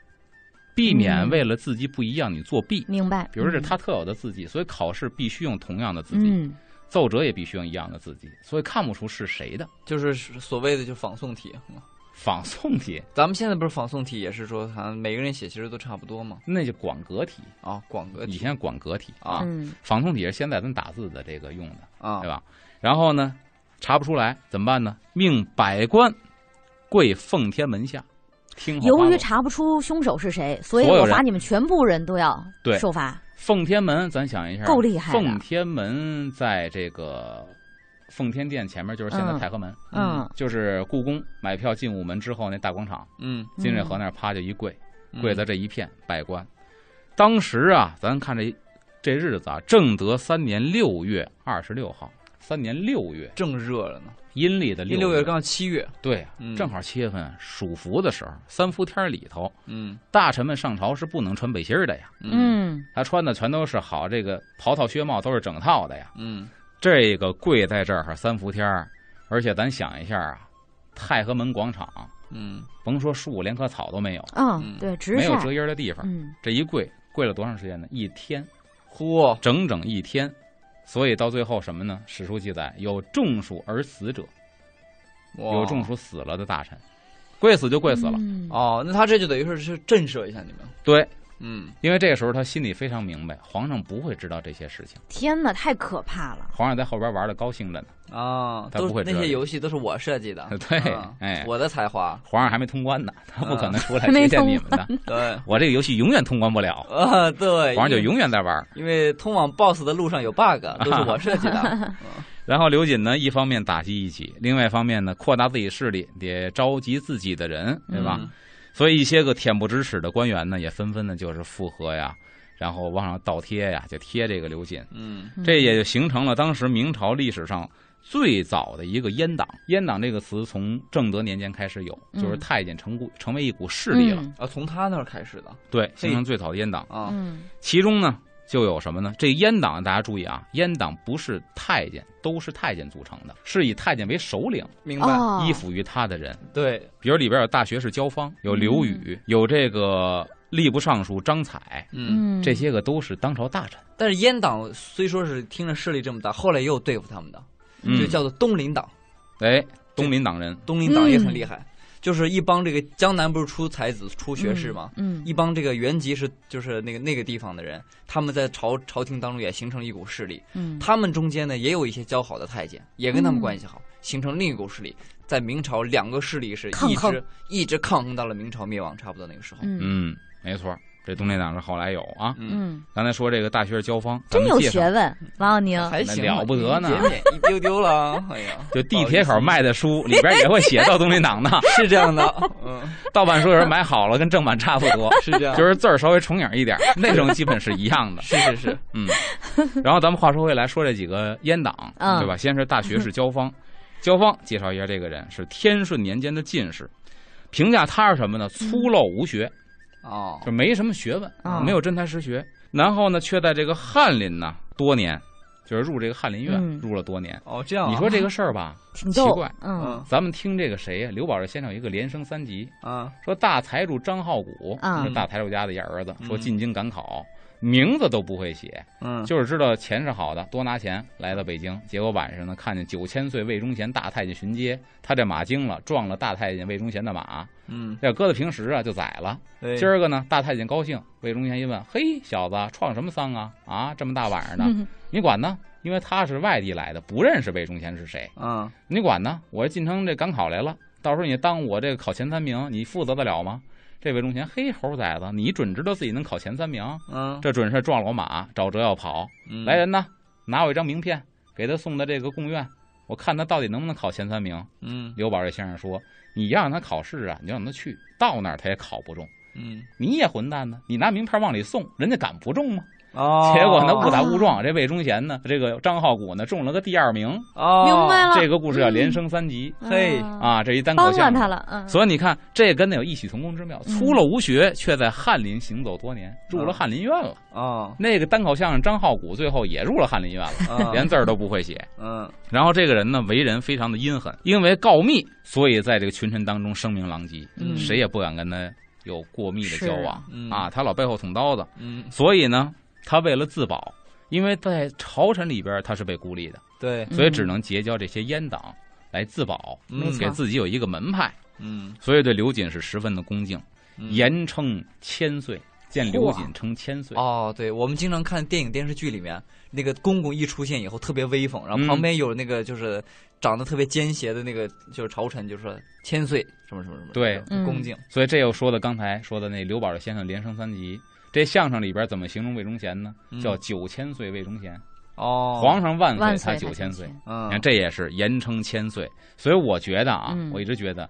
Speaker 3: 避免为了字迹不一样你作弊。
Speaker 2: 明白？
Speaker 3: 比如说这
Speaker 2: 嗯
Speaker 3: 是他特有的字迹，所以考试必须用同样的字迹，
Speaker 2: 嗯，
Speaker 3: 奏折也必须用一样的字迹，所以看不出是谁的。
Speaker 1: 就是所谓的就仿宋体。嗯
Speaker 3: 仿宋体
Speaker 1: 咱们现在不是仿宋体也是说，好像每个人写其实都差不多嘛。
Speaker 3: 那就广格体，
Speaker 1: 啊，广格
Speaker 3: 以
Speaker 1: 体
Speaker 3: 前广格体
Speaker 1: 啊
Speaker 2: 嗯
Speaker 3: 仿宋体是现在咱打字的这个用的，
Speaker 1: 啊
Speaker 3: 对，吧？然后呢，查不出来怎么办呢？命百官跪奉天门下，听候发
Speaker 2: 由于
Speaker 3: 落。
Speaker 2: 查不出凶手是谁，所以
Speaker 3: 所有
Speaker 2: 我
Speaker 3: 人
Speaker 2: 罚你们全部人都要
Speaker 3: 对
Speaker 2: 受罚。
Speaker 3: 奉天门，咱想一下，
Speaker 2: 够厉害的
Speaker 3: 奉天门在这个奉天殿前面，就是现在
Speaker 2: 嗯
Speaker 3: 太和门，
Speaker 2: 嗯，
Speaker 3: 就是故宫买票进午门之后那大广场，
Speaker 1: 嗯，
Speaker 2: 嗯
Speaker 3: 金瑞河那儿啪就一跪，
Speaker 1: 嗯
Speaker 3: 跪在这一片百官。当时啊，咱看这这日子啊，正德三年六月二十六号，三年六月，
Speaker 1: 正热了呢，
Speaker 3: 阴历的
Speaker 1: 一
Speaker 3: 月
Speaker 1: 月刚七月，
Speaker 3: 对啊
Speaker 1: 嗯，
Speaker 3: 正好七月份暑伏的时候，三伏天儿里头，
Speaker 1: 嗯
Speaker 3: 大臣们上朝是不能穿背心儿的呀，
Speaker 2: 嗯，
Speaker 3: 他穿的全都是好这个袍套靴帽都是整套的呀。
Speaker 1: 嗯
Speaker 3: 这个跪在这儿三伏天儿，而且咱想一下啊，太和门广场，
Speaker 1: 嗯
Speaker 3: 甭说树，连棵草都没有，
Speaker 2: 啊
Speaker 1: 嗯，
Speaker 2: 对，直
Speaker 3: 没有
Speaker 2: 晒
Speaker 3: 遮，阴的地方。
Speaker 2: 嗯，
Speaker 3: 这一跪，跪了多长时间呢？一天，
Speaker 1: 嚯，
Speaker 3: 整整一天。所以到最后什么呢？史书记载有中暑而死者，有
Speaker 1: 哇
Speaker 3: 中暑死了的大臣，跪死就跪死了。
Speaker 2: 嗯
Speaker 1: 哦，那他这就等于是是震慑一下你们，
Speaker 3: 对，
Speaker 1: 嗯
Speaker 3: 因为这个时候他心里非常明白，皇上不会知道这些事情，
Speaker 2: 天哪，太可怕了。
Speaker 3: 皇上在后边玩的高兴着呢。
Speaker 1: 啊，
Speaker 3: 他
Speaker 1: 都
Speaker 3: 不会
Speaker 1: 那
Speaker 3: 知道
Speaker 1: 些
Speaker 3: 这，
Speaker 1: 游戏都是我设计的
Speaker 3: 对
Speaker 1: 啊，
Speaker 3: 哎
Speaker 1: 我的才华，
Speaker 3: 皇上还没通关呢，他不可能出来
Speaker 2: 啊还没
Speaker 3: 接见
Speaker 2: 通
Speaker 3: 你们的。
Speaker 1: 对，
Speaker 3: 我这个游戏永远通关不了，
Speaker 1: 啊对，
Speaker 3: 皇上就
Speaker 1: 因为
Speaker 3: 永远在玩儿。
Speaker 1: 因为通往 BOSS 的路上有 bug，都是我设计 的，
Speaker 3: 然后刘瑾呢，一方面打击异己，另外一方面呢，扩大自己势力，也召集自己的人，对吧？
Speaker 1: 嗯
Speaker 3: 所以一些个恬不知耻的官员呢，也纷纷的就是附和呀，然后往上倒贴呀，就贴这个刘瑾。
Speaker 1: 嗯
Speaker 2: 嗯
Speaker 3: 这也就形成了当时明朝历史上最早的一个阉党。阉党这个词从正德年间开始有，就是
Speaker 2: 嗯
Speaker 3: 太监成股成为一股势力了。哦
Speaker 2: 嗯
Speaker 1: 啊，从他那儿开始的
Speaker 3: 对，形成最早的阉党。
Speaker 1: 啊，
Speaker 2: 嗯
Speaker 3: 其中呢，就有什么呢？这阉党大家注意啊，阉党不是太监，都是太监组成的，是以太监为首领，
Speaker 1: 明白？
Speaker 2: 哦，
Speaker 3: 依附于他的人。
Speaker 1: 对，
Speaker 3: 比如里边有大学士焦芳，有刘禹，
Speaker 2: 嗯
Speaker 3: 有这个吏部尚书张采，
Speaker 1: 嗯。
Speaker 2: 嗯，
Speaker 3: 这些个都是当朝大臣。
Speaker 1: 但是阉党虽说是听着势力这么大，后来也有对付他们的，
Speaker 3: 嗯
Speaker 1: 就叫做东林党。
Speaker 3: 哎，东林党人，
Speaker 1: 东林党也
Speaker 2: 嗯
Speaker 1: 很厉害，就是一帮这个江南不是出才子、出学士吗？
Speaker 2: 嗯，
Speaker 1: 一帮这个原籍是就是那个那个地方的人，他们在朝朝廷当中也形成了一股势力。
Speaker 2: 嗯
Speaker 1: 他们中间呢也有一些交好的太监，也跟他们
Speaker 2: 嗯
Speaker 1: 关系好，形成另一股势力。在明朝，两个势力是
Speaker 2: 抗
Speaker 1: 一
Speaker 2: 衡
Speaker 1: 直一直抗衡到了明朝灭亡，差不多那个时候。
Speaker 2: 嗯
Speaker 3: 嗯，没错，这东林党是后来有啊。
Speaker 1: 嗯，
Speaker 2: 嗯，
Speaker 3: 刚才说这个大学士焦芳，咱
Speaker 2: 真
Speaker 3: 们
Speaker 2: 有
Speaker 3: 介绍嗯
Speaker 2: 学问，王耀宁。
Speaker 1: 还行吧
Speaker 3: 啊了不得呢
Speaker 1: 节俭一丢丢了，哎呀，
Speaker 3: 就地铁口卖
Speaker 1: 的
Speaker 3: 的书里边也会写到东林 党的，
Speaker 1: 是这样的，嗯，
Speaker 3: 盗版书有人买好了，跟正版差不多。
Speaker 1: 是这样，
Speaker 3: 就是字儿稍微重影一点，内容基本是一 样的。
Speaker 1: 是是是，
Speaker 3: 嗯，然后咱们话说回来，说这几个阉党，
Speaker 2: 嗯
Speaker 3: 对吧？先是大学士焦芳，焦芳介绍一下这个人，是天顺年间的进士，评价他是什么呢？粗陋无学，
Speaker 1: 哦，
Speaker 3: 就没什么学问，
Speaker 2: 嗯
Speaker 3: 没有真才实学。然后呢，却在这个翰林呢多年，就是入这个翰林院、
Speaker 2: 嗯
Speaker 3: 入了多年。
Speaker 1: 哦，这样啊，
Speaker 3: 你说这个事儿吧，
Speaker 2: 挺
Speaker 3: 奇
Speaker 2: 逗
Speaker 3: 怪，
Speaker 2: 嗯
Speaker 3: 咱们听这个谁呀？刘宝瑞先生有一个连升三级，
Speaker 1: 啊，
Speaker 3: 说大财主张好古，
Speaker 2: 嗯
Speaker 3: 是大财主家的一儿子，
Speaker 1: 嗯
Speaker 3: 说进京赶考，名字都不会写，
Speaker 1: 嗯，
Speaker 3: 就是知道钱是好的，多拿钱来到北京，结果晚上呢看见九千岁魏忠贤大太监巡街，他这马惊了，撞了大太监魏忠贤的马，
Speaker 1: 嗯，
Speaker 3: 这搁在平时啊就宰了。
Speaker 1: 对
Speaker 3: 今儿个呢，大太监高兴，魏忠贤一问，嘿，小子创什么丧啊？啊，这么 大晚上的，
Speaker 2: 嗯
Speaker 3: 你管呢？因为他是外地来的，不认识魏忠贤是谁。
Speaker 1: 嗯，
Speaker 3: 你管呢？我进城这赶考来了，到时候你当我这个考前三名，你负责得了吗？这魏忠贤，嘿，猴崽子，你准知道自己能考前三名？
Speaker 1: 嗯，
Speaker 3: 这准是撞了我马，找辙要跑。
Speaker 1: 嗯
Speaker 3: 来人呐，拿我一张名片，给他送到这个贡院，我看他到底能不能考前三名。
Speaker 1: 嗯
Speaker 3: 刘宝瑞先生说：“你要让他考试啊，你就让他去，到那儿他也考不中。
Speaker 1: 嗯，
Speaker 3: 你也混蛋呢，你拿名片往里送，人家敢不中吗？
Speaker 1: 哦，
Speaker 3: 结果呢，误打误撞，这魏忠贤呢，这个张浩古呢，中了个第二名。
Speaker 1: 哦，嗯
Speaker 2: 明白了
Speaker 3: 这个故事要连升三级。
Speaker 1: 嘿
Speaker 2: 啊，
Speaker 3: 啊，这一单口
Speaker 2: 帮了
Speaker 3: 相
Speaker 2: 他
Speaker 3: 声。
Speaker 2: 了，嗯，
Speaker 3: 所以你看，这跟那有异曲同工之妙。
Speaker 2: 嗯
Speaker 3: 粗陋无学，却在翰林行走多年，入
Speaker 1: 嗯
Speaker 3: 了翰林院了。
Speaker 1: 哦，
Speaker 3: 那个单口相声张浩古最后也入了翰林院了，
Speaker 1: 啊
Speaker 3: 连字儿都不会写。
Speaker 1: 嗯，
Speaker 3: 然后这个人呢，为人非常的阴狠，因为告密，所以在这个群臣当中声名狼藉，
Speaker 2: 嗯
Speaker 3: 谁也不敢跟他有过密的交往
Speaker 1: 是嗯
Speaker 3: 啊。他老背后捅刀子，
Speaker 1: 嗯，
Speaker 3: 所以呢，他为了自保，因为在朝臣里边他是被孤立的，
Speaker 1: 对，
Speaker 3: 所以
Speaker 2: 嗯
Speaker 3: 只能结交这些阉党来自保，
Speaker 1: 没
Speaker 3: 给
Speaker 1: 错
Speaker 3: 自己有一个门派。
Speaker 1: 嗯，
Speaker 3: 所以对刘瑾是十分的恭敬，
Speaker 1: 嗯
Speaker 3: 严称千岁，见刘瑾称千岁。
Speaker 1: 哦，对，我们经常看电影电视剧里面，那个公公一出现以后特别威风，然
Speaker 3: 嗯
Speaker 1: 后旁边有那个就是长得特别奸邪的那个就是朝臣，就说千岁什么什么什么，
Speaker 3: 对
Speaker 1: 这种
Speaker 2: 嗯
Speaker 1: 恭敬，
Speaker 3: 所以这又说的刚才说的那刘宝瑞先生连升三级。这相声里边怎么形容魏忠贤呢？
Speaker 1: 嗯
Speaker 3: 叫九千岁魏忠贤，
Speaker 1: 哦，
Speaker 3: 皇上万
Speaker 2: 万岁
Speaker 3: 岁他九千岁。，你
Speaker 1: 嗯，
Speaker 3: 看这也是严称千岁。所以我觉得啊
Speaker 2: 嗯，
Speaker 3: 我一直觉得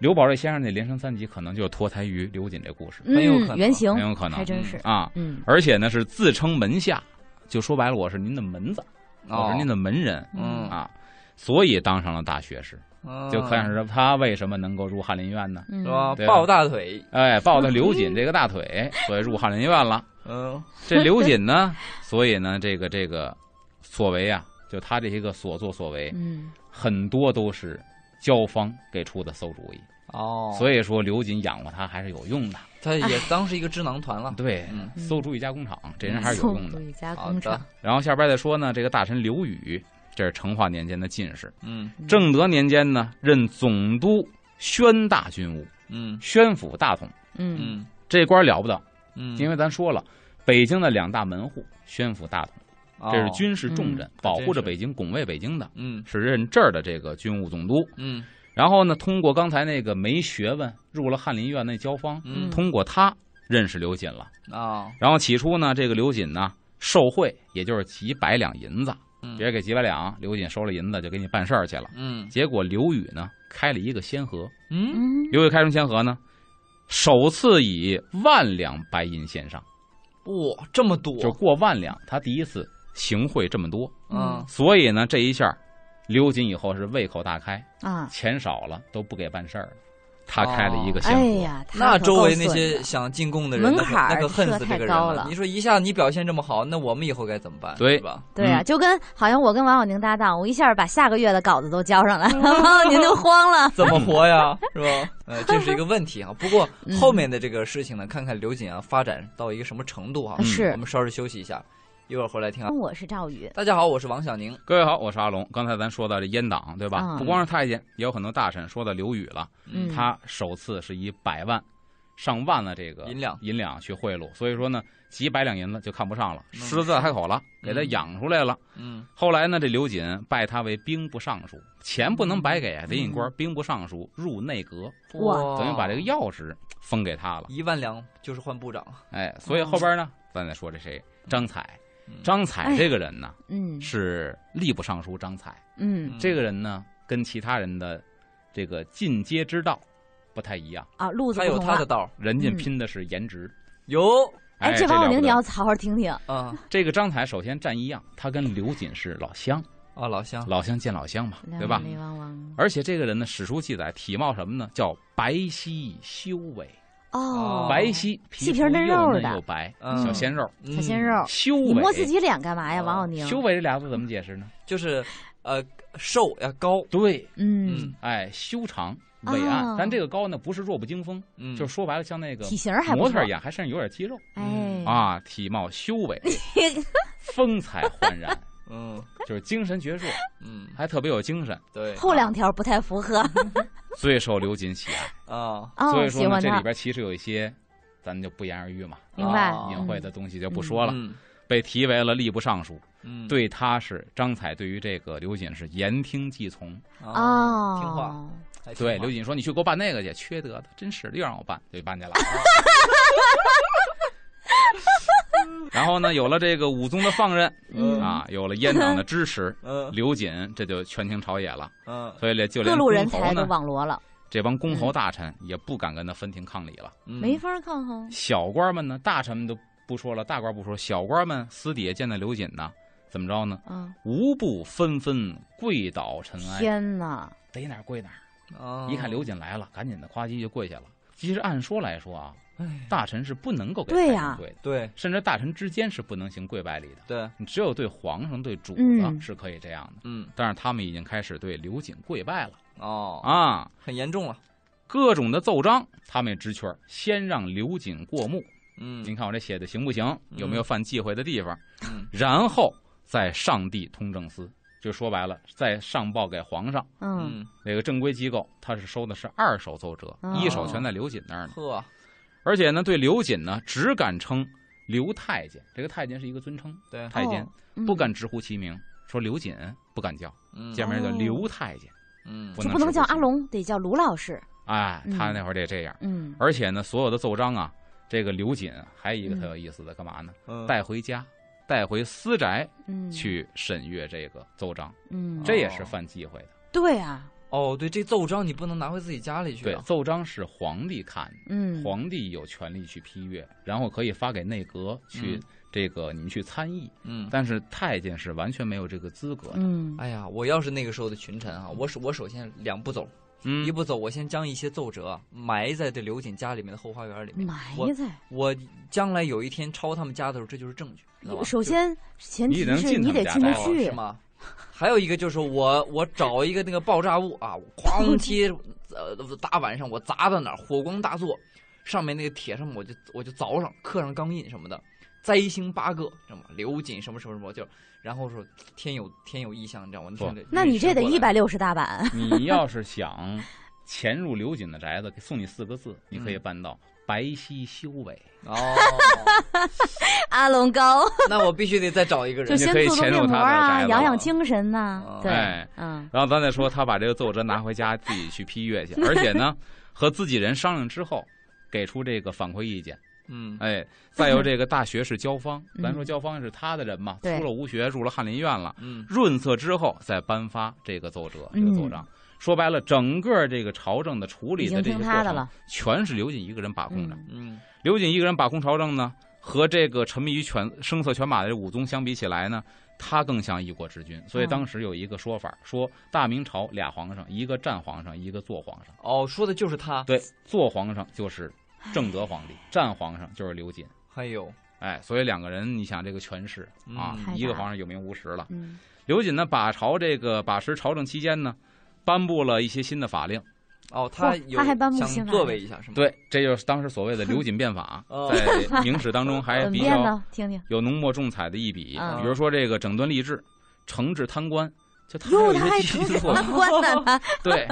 Speaker 3: 刘宝瑞先生那连升三级可能就是脱胎于刘瑾这故事，
Speaker 1: 很有可
Speaker 2: 嗯，
Speaker 1: 能
Speaker 2: 原型
Speaker 3: 很有可能
Speaker 2: 还真是，
Speaker 3: 啊。
Speaker 2: 嗯
Speaker 3: 而且呢是自称门下，就说白了我是您的门子，我
Speaker 1: 哦
Speaker 3: 是您，的门人
Speaker 1: 嗯
Speaker 3: 啊，所以当上了大学士。
Speaker 1: 嗯
Speaker 3: 就看是他为什么能够入翰林院呢？
Speaker 2: 嗯
Speaker 1: 是吧？
Speaker 3: 对啊
Speaker 1: 抱大腿，
Speaker 3: 哎，抱着刘瑾这个大腿，所以入翰林院了。
Speaker 1: 嗯，
Speaker 3: 这刘瑾呢，所以呢，这个这个所为啊，就他这些个所作所为，
Speaker 2: 嗯
Speaker 3: 很多都是焦芳给出的馊主意。
Speaker 1: 哦，以
Speaker 3: 所以说，刘瑾养活他还是有用的。
Speaker 1: 他也当是一个智囊团了，
Speaker 3: 对，
Speaker 1: 嗯，
Speaker 3: 馊主意加工厂，这人还是有
Speaker 2: 宋
Speaker 3: 用
Speaker 2: 祖
Speaker 3: 的。
Speaker 2: 瑜家
Speaker 1: 好
Speaker 2: 工
Speaker 1: 的
Speaker 2: 厂，
Speaker 3: 然后下边再说呢，这个大臣刘禹，这是成化年间的进士。
Speaker 1: 嗯
Speaker 2: 嗯
Speaker 3: 正德年间呢，任总督宣大军务、
Speaker 1: 嗯
Speaker 3: 宣抚大同，
Speaker 2: 嗯
Speaker 1: 嗯
Speaker 3: 这官儿了不得。
Speaker 1: 嗯，
Speaker 3: 因为咱说了，北京的两大门户宣府、大同，
Speaker 1: 哦
Speaker 3: 这是，军事重镇，保护
Speaker 1: 真
Speaker 3: 着
Speaker 1: 是
Speaker 3: 北京、拱卫北京的，
Speaker 1: 嗯
Speaker 3: 是任这儿的这个军务总督。
Speaker 1: 嗯
Speaker 3: 然后呢，通过刚才那个没学问入了翰林院那焦芳，
Speaker 1: 嗯
Speaker 3: 通过他认识刘瑾了。
Speaker 2: 嗯
Speaker 1: 啊，
Speaker 3: 然后起初呢，这个刘瑾呢受贿，也就是几百两银子，
Speaker 1: 嗯
Speaker 3: 别人给几百两，刘瑾收了银子就给你办事儿去了。
Speaker 1: 嗯
Speaker 3: 结果刘禹呢开了一个先河，
Speaker 1: 嗯，
Speaker 2: 嗯
Speaker 3: 刘禹开什么先河呢？首次以万两白银献上。
Speaker 1: 哇，这么多，
Speaker 3: 就是过万两，他第一次行贿这么多，
Speaker 1: 嗯
Speaker 3: 所以呢，这一下刘瑾以后是胃口大开，
Speaker 2: 啊，
Speaker 3: 钱少了都不给办事儿了，他开了一个先
Speaker 2: 哎
Speaker 3: 河。
Speaker 2: 呀，他
Speaker 1: 那
Speaker 2: 可
Speaker 1: 周围
Speaker 2: 告
Speaker 1: 那
Speaker 2: 诉
Speaker 1: 些
Speaker 2: 你了
Speaker 1: 想进贡的人，
Speaker 2: 啊门
Speaker 1: 那可
Speaker 2: 槛
Speaker 1: 那
Speaker 2: 儿
Speaker 1: 可恨
Speaker 2: 设
Speaker 1: 死
Speaker 2: 太
Speaker 1: 这个人
Speaker 2: 高了
Speaker 1: 你说一下你表现这么好，那我们以后该怎么办？
Speaker 3: 对
Speaker 1: 是吧？
Speaker 2: 对啊，
Speaker 3: 嗯
Speaker 2: 就跟好像我跟王小宁搭档，我一下把下个月的稿子都交上来了，王小宁就慌了。
Speaker 1: 怎么活呀？是吧？呃，这是一个问题啊。不 过
Speaker 2: 嗯
Speaker 1: 后面的这个事情呢，看看刘瑾啊发展到一个什么程度啊。
Speaker 2: 嗯是
Speaker 1: 我们稍事休息一下，一会儿回来听啊。
Speaker 2: 我是赵宇，
Speaker 1: 大家好，我是王小宁。
Speaker 3: 各位好，我是阿龙。刚才咱说到这阉党，对吧？
Speaker 2: 嗯
Speaker 3: 不光是太监，也有很多大臣。说到刘禹了，
Speaker 2: 嗯
Speaker 3: 他首次是以百万、上万的这个
Speaker 1: 银两
Speaker 3: 银两去贿赂，所以说呢，几百两银子就看不上了，
Speaker 1: 嗯
Speaker 3: 狮子大开口了，给他
Speaker 1: 嗯
Speaker 3: 养出来了。
Speaker 1: 嗯
Speaker 3: 后来呢，这刘瑾拜他为兵部尚书，钱不能白给啊，得引官，兵部尚书入内阁，
Speaker 2: 嗯哇
Speaker 3: 等于把这个要职封给他了。
Speaker 1: 一万两就是换部长了。
Speaker 3: 哎，所以后边呢，咱再说这谁，张采
Speaker 1: 嗯。
Speaker 3: 张
Speaker 2: 哎
Speaker 3: 采这个人呢，
Speaker 2: 嗯
Speaker 3: 是吏部尚书张采。
Speaker 2: 嗯
Speaker 3: 这个人呢，跟其他人的这个进阶之道不太一样，
Speaker 2: 啊，路子
Speaker 1: 他
Speaker 2: 不
Speaker 1: 有
Speaker 2: 同
Speaker 1: 他的
Speaker 2: 了。
Speaker 1: 道儿，
Speaker 3: 人家
Speaker 2: 嗯
Speaker 3: 拼的是颜值。
Speaker 1: 有
Speaker 2: 哎，
Speaker 3: 哎，
Speaker 2: 这王小宁你
Speaker 3: 了
Speaker 2: 要
Speaker 3: 不得
Speaker 2: 好好听听。
Speaker 1: 啊
Speaker 3: 这个张采首先占一样，他跟刘瑾是老乡，
Speaker 1: 啊，老乡
Speaker 3: 老乡见老乡嘛，对吧？
Speaker 2: 雷汪汪。
Speaker 3: 而且这个人呢，史书记载体貌什么呢？叫白皙修为，
Speaker 2: 哦，
Speaker 3: 白皙
Speaker 2: 皮
Speaker 3: 皮肤
Speaker 2: 儿
Speaker 3: 又
Speaker 2: 嫩肉的
Speaker 3: 嫩又白，
Speaker 1: 嗯
Speaker 3: 小鲜肉。
Speaker 2: 小鲜，肉，
Speaker 3: 修
Speaker 2: 你
Speaker 3: 为，
Speaker 2: 摸自己脸干嘛呀，
Speaker 1: 哦
Speaker 2: 王小宁？
Speaker 3: 修为这俩字怎么解释呢
Speaker 1: 嗯？就是呃瘦要高，
Speaker 3: 对，
Speaker 2: 嗯，
Speaker 3: 哎，修长伟岸
Speaker 2: 哦，
Speaker 3: 但这个高呢，不是弱不禁风，
Speaker 1: 嗯，
Speaker 3: 就是说白了像那个
Speaker 2: 体型还不
Speaker 3: 模
Speaker 2: 错
Speaker 3: 特儿。一样，还身上有点肌肉。
Speaker 2: 哎，
Speaker 3: 啊，体貌修为， 风采焕然，
Speaker 1: 嗯
Speaker 3: 就是精神矍铄，
Speaker 1: 嗯
Speaker 3: 还特别有精神，
Speaker 1: 对
Speaker 2: 后两条不太符合。
Speaker 3: 最受刘瑾喜爱。
Speaker 1: 啊，
Speaker 3: 所
Speaker 2: 哦，
Speaker 3: 以
Speaker 2: 喜
Speaker 3: 说呢，
Speaker 2: 欢
Speaker 3: 这里
Speaker 2: 他，
Speaker 3: 边其实有一些，咱就不言而喻嘛，
Speaker 2: 明白
Speaker 1: 啊
Speaker 3: 隐晦的东西就不说了。
Speaker 1: 嗯
Speaker 3: 被提为了吏部尚书，
Speaker 1: 嗯
Speaker 3: 对他是张采，对于这个刘瑾是言听计从。
Speaker 1: 啊
Speaker 2: 哦，
Speaker 1: 听话，还听
Speaker 3: 对
Speaker 1: 话
Speaker 3: 刘瑾说：“你去给我办那个去，缺德的，真是的又让我办，就 办去了。嗯”然后呢，有了这个武宗的放任
Speaker 2: 嗯
Speaker 3: 啊，有了阉党的支持，
Speaker 1: 嗯
Speaker 3: 刘瑾这就权倾朝野了。
Speaker 1: 嗯
Speaker 3: 所以连就
Speaker 2: 各
Speaker 3: 连
Speaker 2: 路人
Speaker 3: 公侯
Speaker 2: 才都嗯
Speaker 3: 呢，
Speaker 2: 网罗了，
Speaker 3: 这帮公侯大臣也不敢跟他分庭抗礼了。
Speaker 1: 嗯
Speaker 2: 没法抗衡。
Speaker 3: 小官们呢，大臣们都不说了，大官不说，小官们私底下见到刘瑾呢，怎么着呢？
Speaker 2: 嗯，
Speaker 3: 无不纷纷跪倒尘埃，
Speaker 2: 天哦哪，
Speaker 3: 逮哪儿跪哪儿。
Speaker 1: 啊，
Speaker 3: 一看刘瑾来了，赶紧的夸叽就跪下了。其实按说来说啊，大臣是不能够给
Speaker 2: 哎对
Speaker 3: 太
Speaker 2: 呀
Speaker 3: 监跪的，
Speaker 1: 对
Speaker 3: 甚至大臣之间是不能行跪拜礼的。
Speaker 1: 对，
Speaker 3: 你只有对皇上、对主
Speaker 2: 嗯
Speaker 3: 子是可以这样的。
Speaker 1: 嗯
Speaker 3: 但是他们已经开始对刘瑾跪拜了
Speaker 1: 哦
Speaker 3: 啊。
Speaker 1: 很严重了，
Speaker 3: 各种的奏章，他们也知趣儿，先让刘瑾过目。
Speaker 1: 嗯
Speaker 3: 您看我这写的行不行？
Speaker 1: 嗯
Speaker 3: 有没有犯忌讳的地方？
Speaker 1: 嗯
Speaker 3: 然后再上递通政司，就说白了，再上报给皇上。
Speaker 2: 嗯，
Speaker 1: 嗯，
Speaker 3: 那个正规机构，他是收的是二手奏折，
Speaker 2: 哦
Speaker 3: 一手全在刘瑾那儿呢。
Speaker 1: 呵，
Speaker 3: 而且呢，对刘瑾呢，只敢称刘太监，这个太监是一个尊称，
Speaker 1: 对，
Speaker 3: 太监
Speaker 2: 哦嗯
Speaker 3: 不敢直呼其名，说刘瑾不敢叫，
Speaker 1: 嗯
Speaker 3: 见面叫
Speaker 2: 哦
Speaker 3: 刘太监。
Speaker 1: 嗯
Speaker 2: 就
Speaker 3: 能
Speaker 2: 不能
Speaker 3: 直
Speaker 2: 叫
Speaker 3: 呼其
Speaker 2: 阿
Speaker 3: 名。
Speaker 2: 龙，得叫卢老师。
Speaker 3: 哎，他
Speaker 2: 嗯
Speaker 3: 那会儿得这样。
Speaker 2: 嗯，
Speaker 3: 而且呢，所有的奏章啊，这个刘瑾还有一个
Speaker 2: 嗯
Speaker 3: 特有意思的，干嘛呢？
Speaker 1: 嗯
Speaker 3: 带回家，带回私宅
Speaker 2: 嗯，，
Speaker 3: 去审阅这个奏章，
Speaker 2: 嗯，
Speaker 3: 这也是犯忌讳的。
Speaker 2: 对啊，
Speaker 1: 哦，对，这奏章你不能拿回自己家里去
Speaker 3: 对，
Speaker 1: 啊，
Speaker 3: 奏章是皇帝看的，
Speaker 2: 嗯，
Speaker 3: 皇帝有权利去批阅，然后可以发给内阁去
Speaker 1: 嗯
Speaker 3: 这个你们去参议，
Speaker 1: 嗯。
Speaker 3: 但是太监是完全没有这个资格的。
Speaker 2: 嗯，
Speaker 1: 哎呀，我要是那个时候的群臣啊，我首我首先两步走，
Speaker 3: 嗯
Speaker 1: 一步走，我先将一些奏折啊埋在这刘瑾家里面的后花园里面。
Speaker 2: 埋
Speaker 1: 我
Speaker 2: 在。
Speaker 1: 我将来有一天抄他们家的时候，这就是证据，知道吧？
Speaker 2: 首先前提
Speaker 3: 你得能
Speaker 2: 是
Speaker 3: 进
Speaker 2: 你
Speaker 3: 他
Speaker 2: 得
Speaker 3: 们家
Speaker 2: 进得
Speaker 3: 待会
Speaker 1: 哦
Speaker 2: 去
Speaker 1: 是，吗？还有一个就是我我找一个那个爆炸物啊，我哐贴， 呃，大晚上我砸到哪儿，火光大作，上面那个铁上面我就我就凿上，刻上钢印什么的，灾星八个，知道吗？刘瑾什么什么什么，就然后说天有天有异象，你知道吗？
Speaker 3: 不
Speaker 1: 听着
Speaker 2: 那你这得
Speaker 1: 过来
Speaker 2: 一百六十大 板。
Speaker 3: 你要是想潜入刘瑾的宅子，送你四个字，你可以办到白皙修为。
Speaker 1: 哦，
Speaker 2: 阿龙高，
Speaker 1: 那我必须得再找一个
Speaker 2: 就
Speaker 1: 人。
Speaker 2: 先
Speaker 3: 可以
Speaker 2: 做做
Speaker 3: 潜入
Speaker 2: 面
Speaker 3: 他
Speaker 2: 膜
Speaker 3: 的
Speaker 2: 啊
Speaker 3: 宅，子
Speaker 2: 养
Speaker 3: 了
Speaker 2: 养精神呐
Speaker 1: 哦。
Speaker 2: 对
Speaker 3: 哎，
Speaker 2: 嗯，
Speaker 3: 然后咱再说，他把这个奏折拿回家自己去批阅去，而且呢，和自己人商量之后，给出这个反馈意见。
Speaker 1: 嗯
Speaker 3: 哎，再由这个大学士焦芳，咱
Speaker 2: 嗯
Speaker 3: 说焦芳是他的人嘛，
Speaker 2: 对
Speaker 3: 出了吴学，入了翰林院了，
Speaker 1: 嗯
Speaker 3: 润色之后再颁发这个奏折，这
Speaker 2: 嗯
Speaker 3: 个奏章。说白了，整个这个朝政的处
Speaker 2: 已
Speaker 3: 理
Speaker 2: 经
Speaker 3: 的这些
Speaker 2: 听
Speaker 3: 过
Speaker 2: 他的
Speaker 3: 程
Speaker 2: 了，。
Speaker 3: 全是刘瑾一个人把控着。
Speaker 2: 嗯，
Speaker 1: 嗯
Speaker 3: 刘瑾一个人把控朝政呢，和这个沉迷于权声色犬马的这武宗相比起来呢，他更像一国之君。所以当时有一个说法，说大明朝俩皇上，一个战皇上，一个坐皇上。
Speaker 1: 哦，说的就是他。
Speaker 3: 对，坐皇上就是正德皇帝，战皇上就是刘瑾。
Speaker 1: 还有，
Speaker 3: 哎，所以两个人，你想这个权势啊
Speaker 2: 嗯，
Speaker 3: 一个皇上有名无实了。
Speaker 2: 嗯
Speaker 3: 刘瑾呢，把朝这个把持朝政期间呢，颁布了一些新的法令。
Speaker 1: 哦，他
Speaker 2: 哇
Speaker 1: 有
Speaker 2: 他还颁布新
Speaker 1: 想
Speaker 2: 法
Speaker 1: 作为一下是吗？，，
Speaker 3: 对，这就是当时所谓的刘瑾变法
Speaker 1: 哦
Speaker 3: 在明史当中还
Speaker 2: 怎么
Speaker 3: 比
Speaker 2: 变
Speaker 3: 较
Speaker 2: 呢？听 听，
Speaker 3: 有浓墨重彩的一笔。
Speaker 2: 嗯
Speaker 3: 比如说这个整顿吏治、惩治贪官，就他
Speaker 2: 哟，
Speaker 3: 有一
Speaker 2: 他还
Speaker 3: 些
Speaker 2: 成
Speaker 3: 记录
Speaker 2: 法，官呢？他
Speaker 3: 对，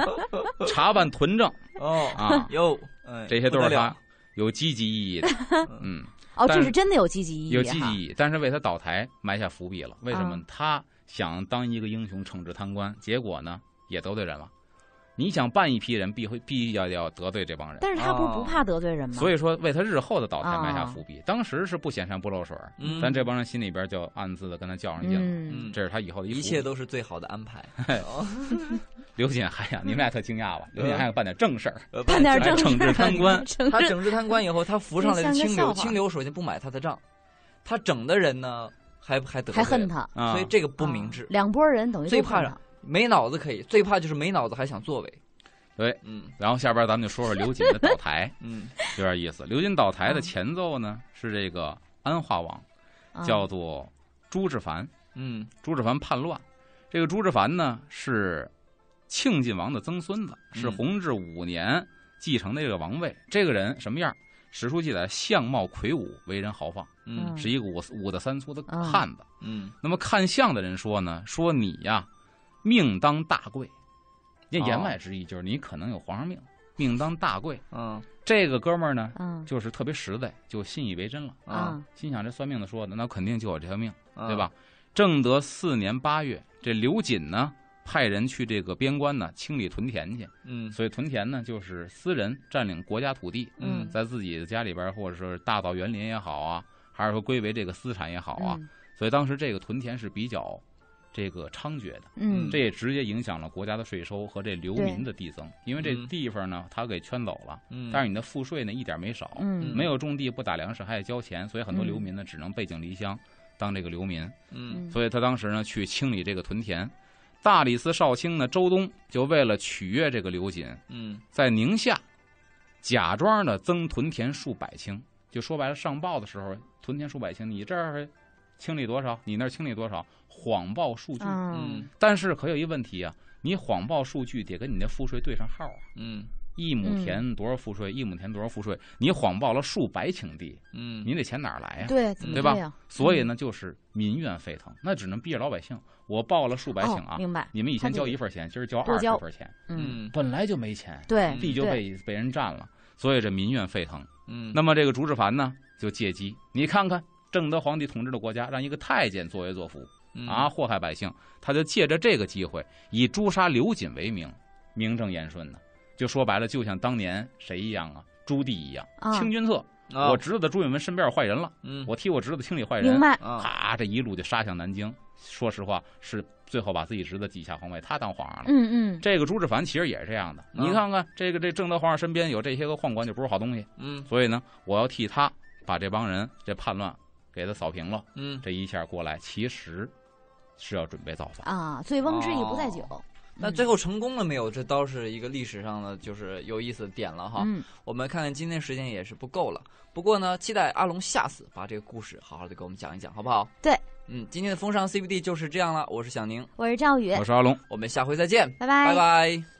Speaker 3: 查办屯政
Speaker 1: 哦，
Speaker 3: 啊，
Speaker 1: 有，哎
Speaker 3: 这些都
Speaker 1: 不
Speaker 3: 是
Speaker 1: 得
Speaker 3: 他
Speaker 1: 了。
Speaker 3: 有积极意义
Speaker 2: 哎
Speaker 3: 的嗯，
Speaker 2: 哦，这
Speaker 3: 但是
Speaker 2: 是真的有积极意义，
Speaker 3: 有积极意义，但是为他倒台埋下伏笔了。为什么
Speaker 2: 啊？
Speaker 3: 他想当一个英雄，惩治贪官，结果呢，也得罪人了。你想办一批人，必会必要要得罪这帮人。
Speaker 2: 但是他不是不
Speaker 1: 哦
Speaker 2: 怕得罪人吗？
Speaker 3: 所
Speaker 2: 以
Speaker 3: 以说，为他日后的倒台
Speaker 2: 啊
Speaker 3: 埋下伏笔。当时是不显山不漏水儿，
Speaker 1: 嗯
Speaker 3: 咱这帮人心里边就暗自的跟他较上劲了。
Speaker 2: 嗯，
Speaker 1: 嗯
Speaker 3: 这是他以后的一
Speaker 1: 一
Speaker 3: 伏笔
Speaker 1: 切都是最好的安 排。哦
Speaker 3: 刘瑾还想，你们俩特惊讶吧？刘瑾还想办点正事儿，
Speaker 1: 嗯呃
Speaker 2: 办点
Speaker 3: 儿
Speaker 2: 正
Speaker 3: 惩
Speaker 2: 事
Speaker 3: 治
Speaker 2: 儿
Speaker 3: 贪 官
Speaker 2: 惩
Speaker 1: 他
Speaker 2: 治
Speaker 1: 整治贪官以后，他扶 上来的
Speaker 2: 这像个
Speaker 1: 清
Speaker 2: 笑
Speaker 1: 流，
Speaker 2: 话
Speaker 1: 清流首先不买他的账，他整的人呢还还得罪
Speaker 2: 还恨
Speaker 1: 了，
Speaker 2: 他，
Speaker 3: 啊
Speaker 1: 所以这个不明智
Speaker 2: 啊。两拨人等于
Speaker 1: 最
Speaker 2: 都
Speaker 1: 怕
Speaker 2: 恨
Speaker 1: 啥没脑子可以，最怕就是没脑子还想作为。
Speaker 3: 对，
Speaker 1: 嗯
Speaker 3: 然后下边咱们就说说刘瑾的倒台，
Speaker 1: 嗯，
Speaker 3: 有点 意思。刘瑾倒台的前奏呢是这个安化王，
Speaker 2: 他啊
Speaker 3: 叫做朱志凡。
Speaker 1: 嗯，
Speaker 3: 朱志凡叛乱，这个朱志凡呢是庆晋王的曾孙子，是
Speaker 1: 嗯
Speaker 3: 弘治五年继承的这个王位。这个人什么样？史书记载，相貌魁梧，为人豪放，
Speaker 1: 嗯
Speaker 3: 是一个五五大三粗的汉子。
Speaker 1: 嗯，
Speaker 3: 那么看相的人说呢，说你呀，命当大贵。那
Speaker 1: 哦
Speaker 3: 言外之意就是你可能有皇上命，命当大贵。
Speaker 1: 嗯
Speaker 3: 这个哥们儿呢，
Speaker 2: 嗯
Speaker 3: 就是特别实在，就信以为真了，
Speaker 1: 啊，
Speaker 2: 啊
Speaker 3: 心想这算命的说的，那肯定就我这条命。
Speaker 1: 啊
Speaker 3: 对吧？？正德四年八月，这刘瑾呢派人去这个边关呢清理屯田去，
Speaker 1: 嗯
Speaker 3: 所以屯田呢就是私人占领国家土地，
Speaker 1: 嗯
Speaker 3: 在自己的家里边儿或者说大造园林也好啊，还是说归为这个私产也好
Speaker 1: 嗯
Speaker 3: 啊，，所以当时这个屯田是比较这个猖獗的，
Speaker 2: 嗯
Speaker 3: 这也直接影响了国家的税收和这流民的递增，因为这
Speaker 1: 嗯
Speaker 3: 地方呢他给圈走了，
Speaker 1: 嗯，
Speaker 3: 但是你的赋税呢一点儿没少，
Speaker 2: 嗯
Speaker 3: 没有种地不打粮食还得交钱，所以很多
Speaker 2: 嗯
Speaker 3: 流民呢只能背井离乡当这个流民。
Speaker 1: 嗯
Speaker 2: 嗯
Speaker 3: 所以他当时呢去清理这个屯田。大理寺少卿呢周东就为了取悦这个刘瑾，
Speaker 1: 嗯
Speaker 3: 在宁夏假装的增屯田数百顷，就说白了上报的时候屯田数百顷，你这儿清理多少，你那儿清理多少，谎报数据。
Speaker 2: 嗯
Speaker 1: 嗯
Speaker 3: 但是可有一问题啊，你谎报数据得跟你的赋税对上号啊，
Speaker 1: 嗯
Speaker 3: 一亩田多少赋税，一亩田多少赋税，你谎报了数百顷地，
Speaker 1: 嗯，
Speaker 3: 你得钱哪儿哎来呀、
Speaker 2: 对嗯怎么
Speaker 3: 对吧
Speaker 2: 这样
Speaker 3: 所以呢，就是民怨沸腾，那只能逼着老百姓。我报了数百顷
Speaker 2: 哦
Speaker 3: 啊，
Speaker 2: 明白
Speaker 3: 你们以前
Speaker 2: 他就
Speaker 3: 交一份钱，今儿交
Speaker 2: 多
Speaker 3: 二
Speaker 2: 交
Speaker 3: 十份钱，
Speaker 2: 嗯
Speaker 1: 嗯
Speaker 3: 本来就没钱，
Speaker 2: 对
Speaker 3: 地就
Speaker 2: 嗯对
Speaker 3: 被被人占了，所以这民怨沸腾。
Speaker 1: 嗯，
Speaker 3: 那么这个竹志凡呢，就借机，你看看正德皇帝统治的国家，让一个太监作威作福
Speaker 1: 嗯
Speaker 3: 啊，，祸害百姓，他就借着这个机会，以诛杀刘瑾为名，名正言顺的，就说白了，就像当年谁一样啊，朱棣一样，
Speaker 2: 啊
Speaker 3: 清君侧，
Speaker 1: 啊
Speaker 3: 我侄子的朱允炆身边有坏人了，
Speaker 1: 嗯
Speaker 3: 我替我侄子清理坏人，
Speaker 2: 明白
Speaker 1: 啊
Speaker 3: 啪，这一路就杀向南京。说实话，是最后把自己侄子挤下皇位，他当皇上了。
Speaker 2: 嗯嗯
Speaker 3: 这个朱志凡其实也是这样的，你看看这个这正德皇上身边有这些个宦官，就不是好东西。
Speaker 1: 嗯
Speaker 3: 所以呢，我要替他把这帮人这叛乱给他扫平了。
Speaker 1: 嗯，
Speaker 3: 这一下过来，其实是要准备造反。
Speaker 2: 啊，醉翁之意不在
Speaker 1: 哦
Speaker 2: 酒，嗯
Speaker 1: 那最后成功了没有？这倒是一个历史上的就是有意思的点了哈。
Speaker 2: 嗯
Speaker 1: 我们看看今天时间也是不够了，不过呢，期待阿龙下次把这个故事好好的给我们讲一讲，好不好？
Speaker 2: 对，
Speaker 1: 嗯，今天的风尚 CBD 就是这样了，我是小宁，
Speaker 2: 我是赵宇，
Speaker 3: 我是阿龙。
Speaker 1: 我们下回再见，
Speaker 2: 拜拜
Speaker 1: 拜拜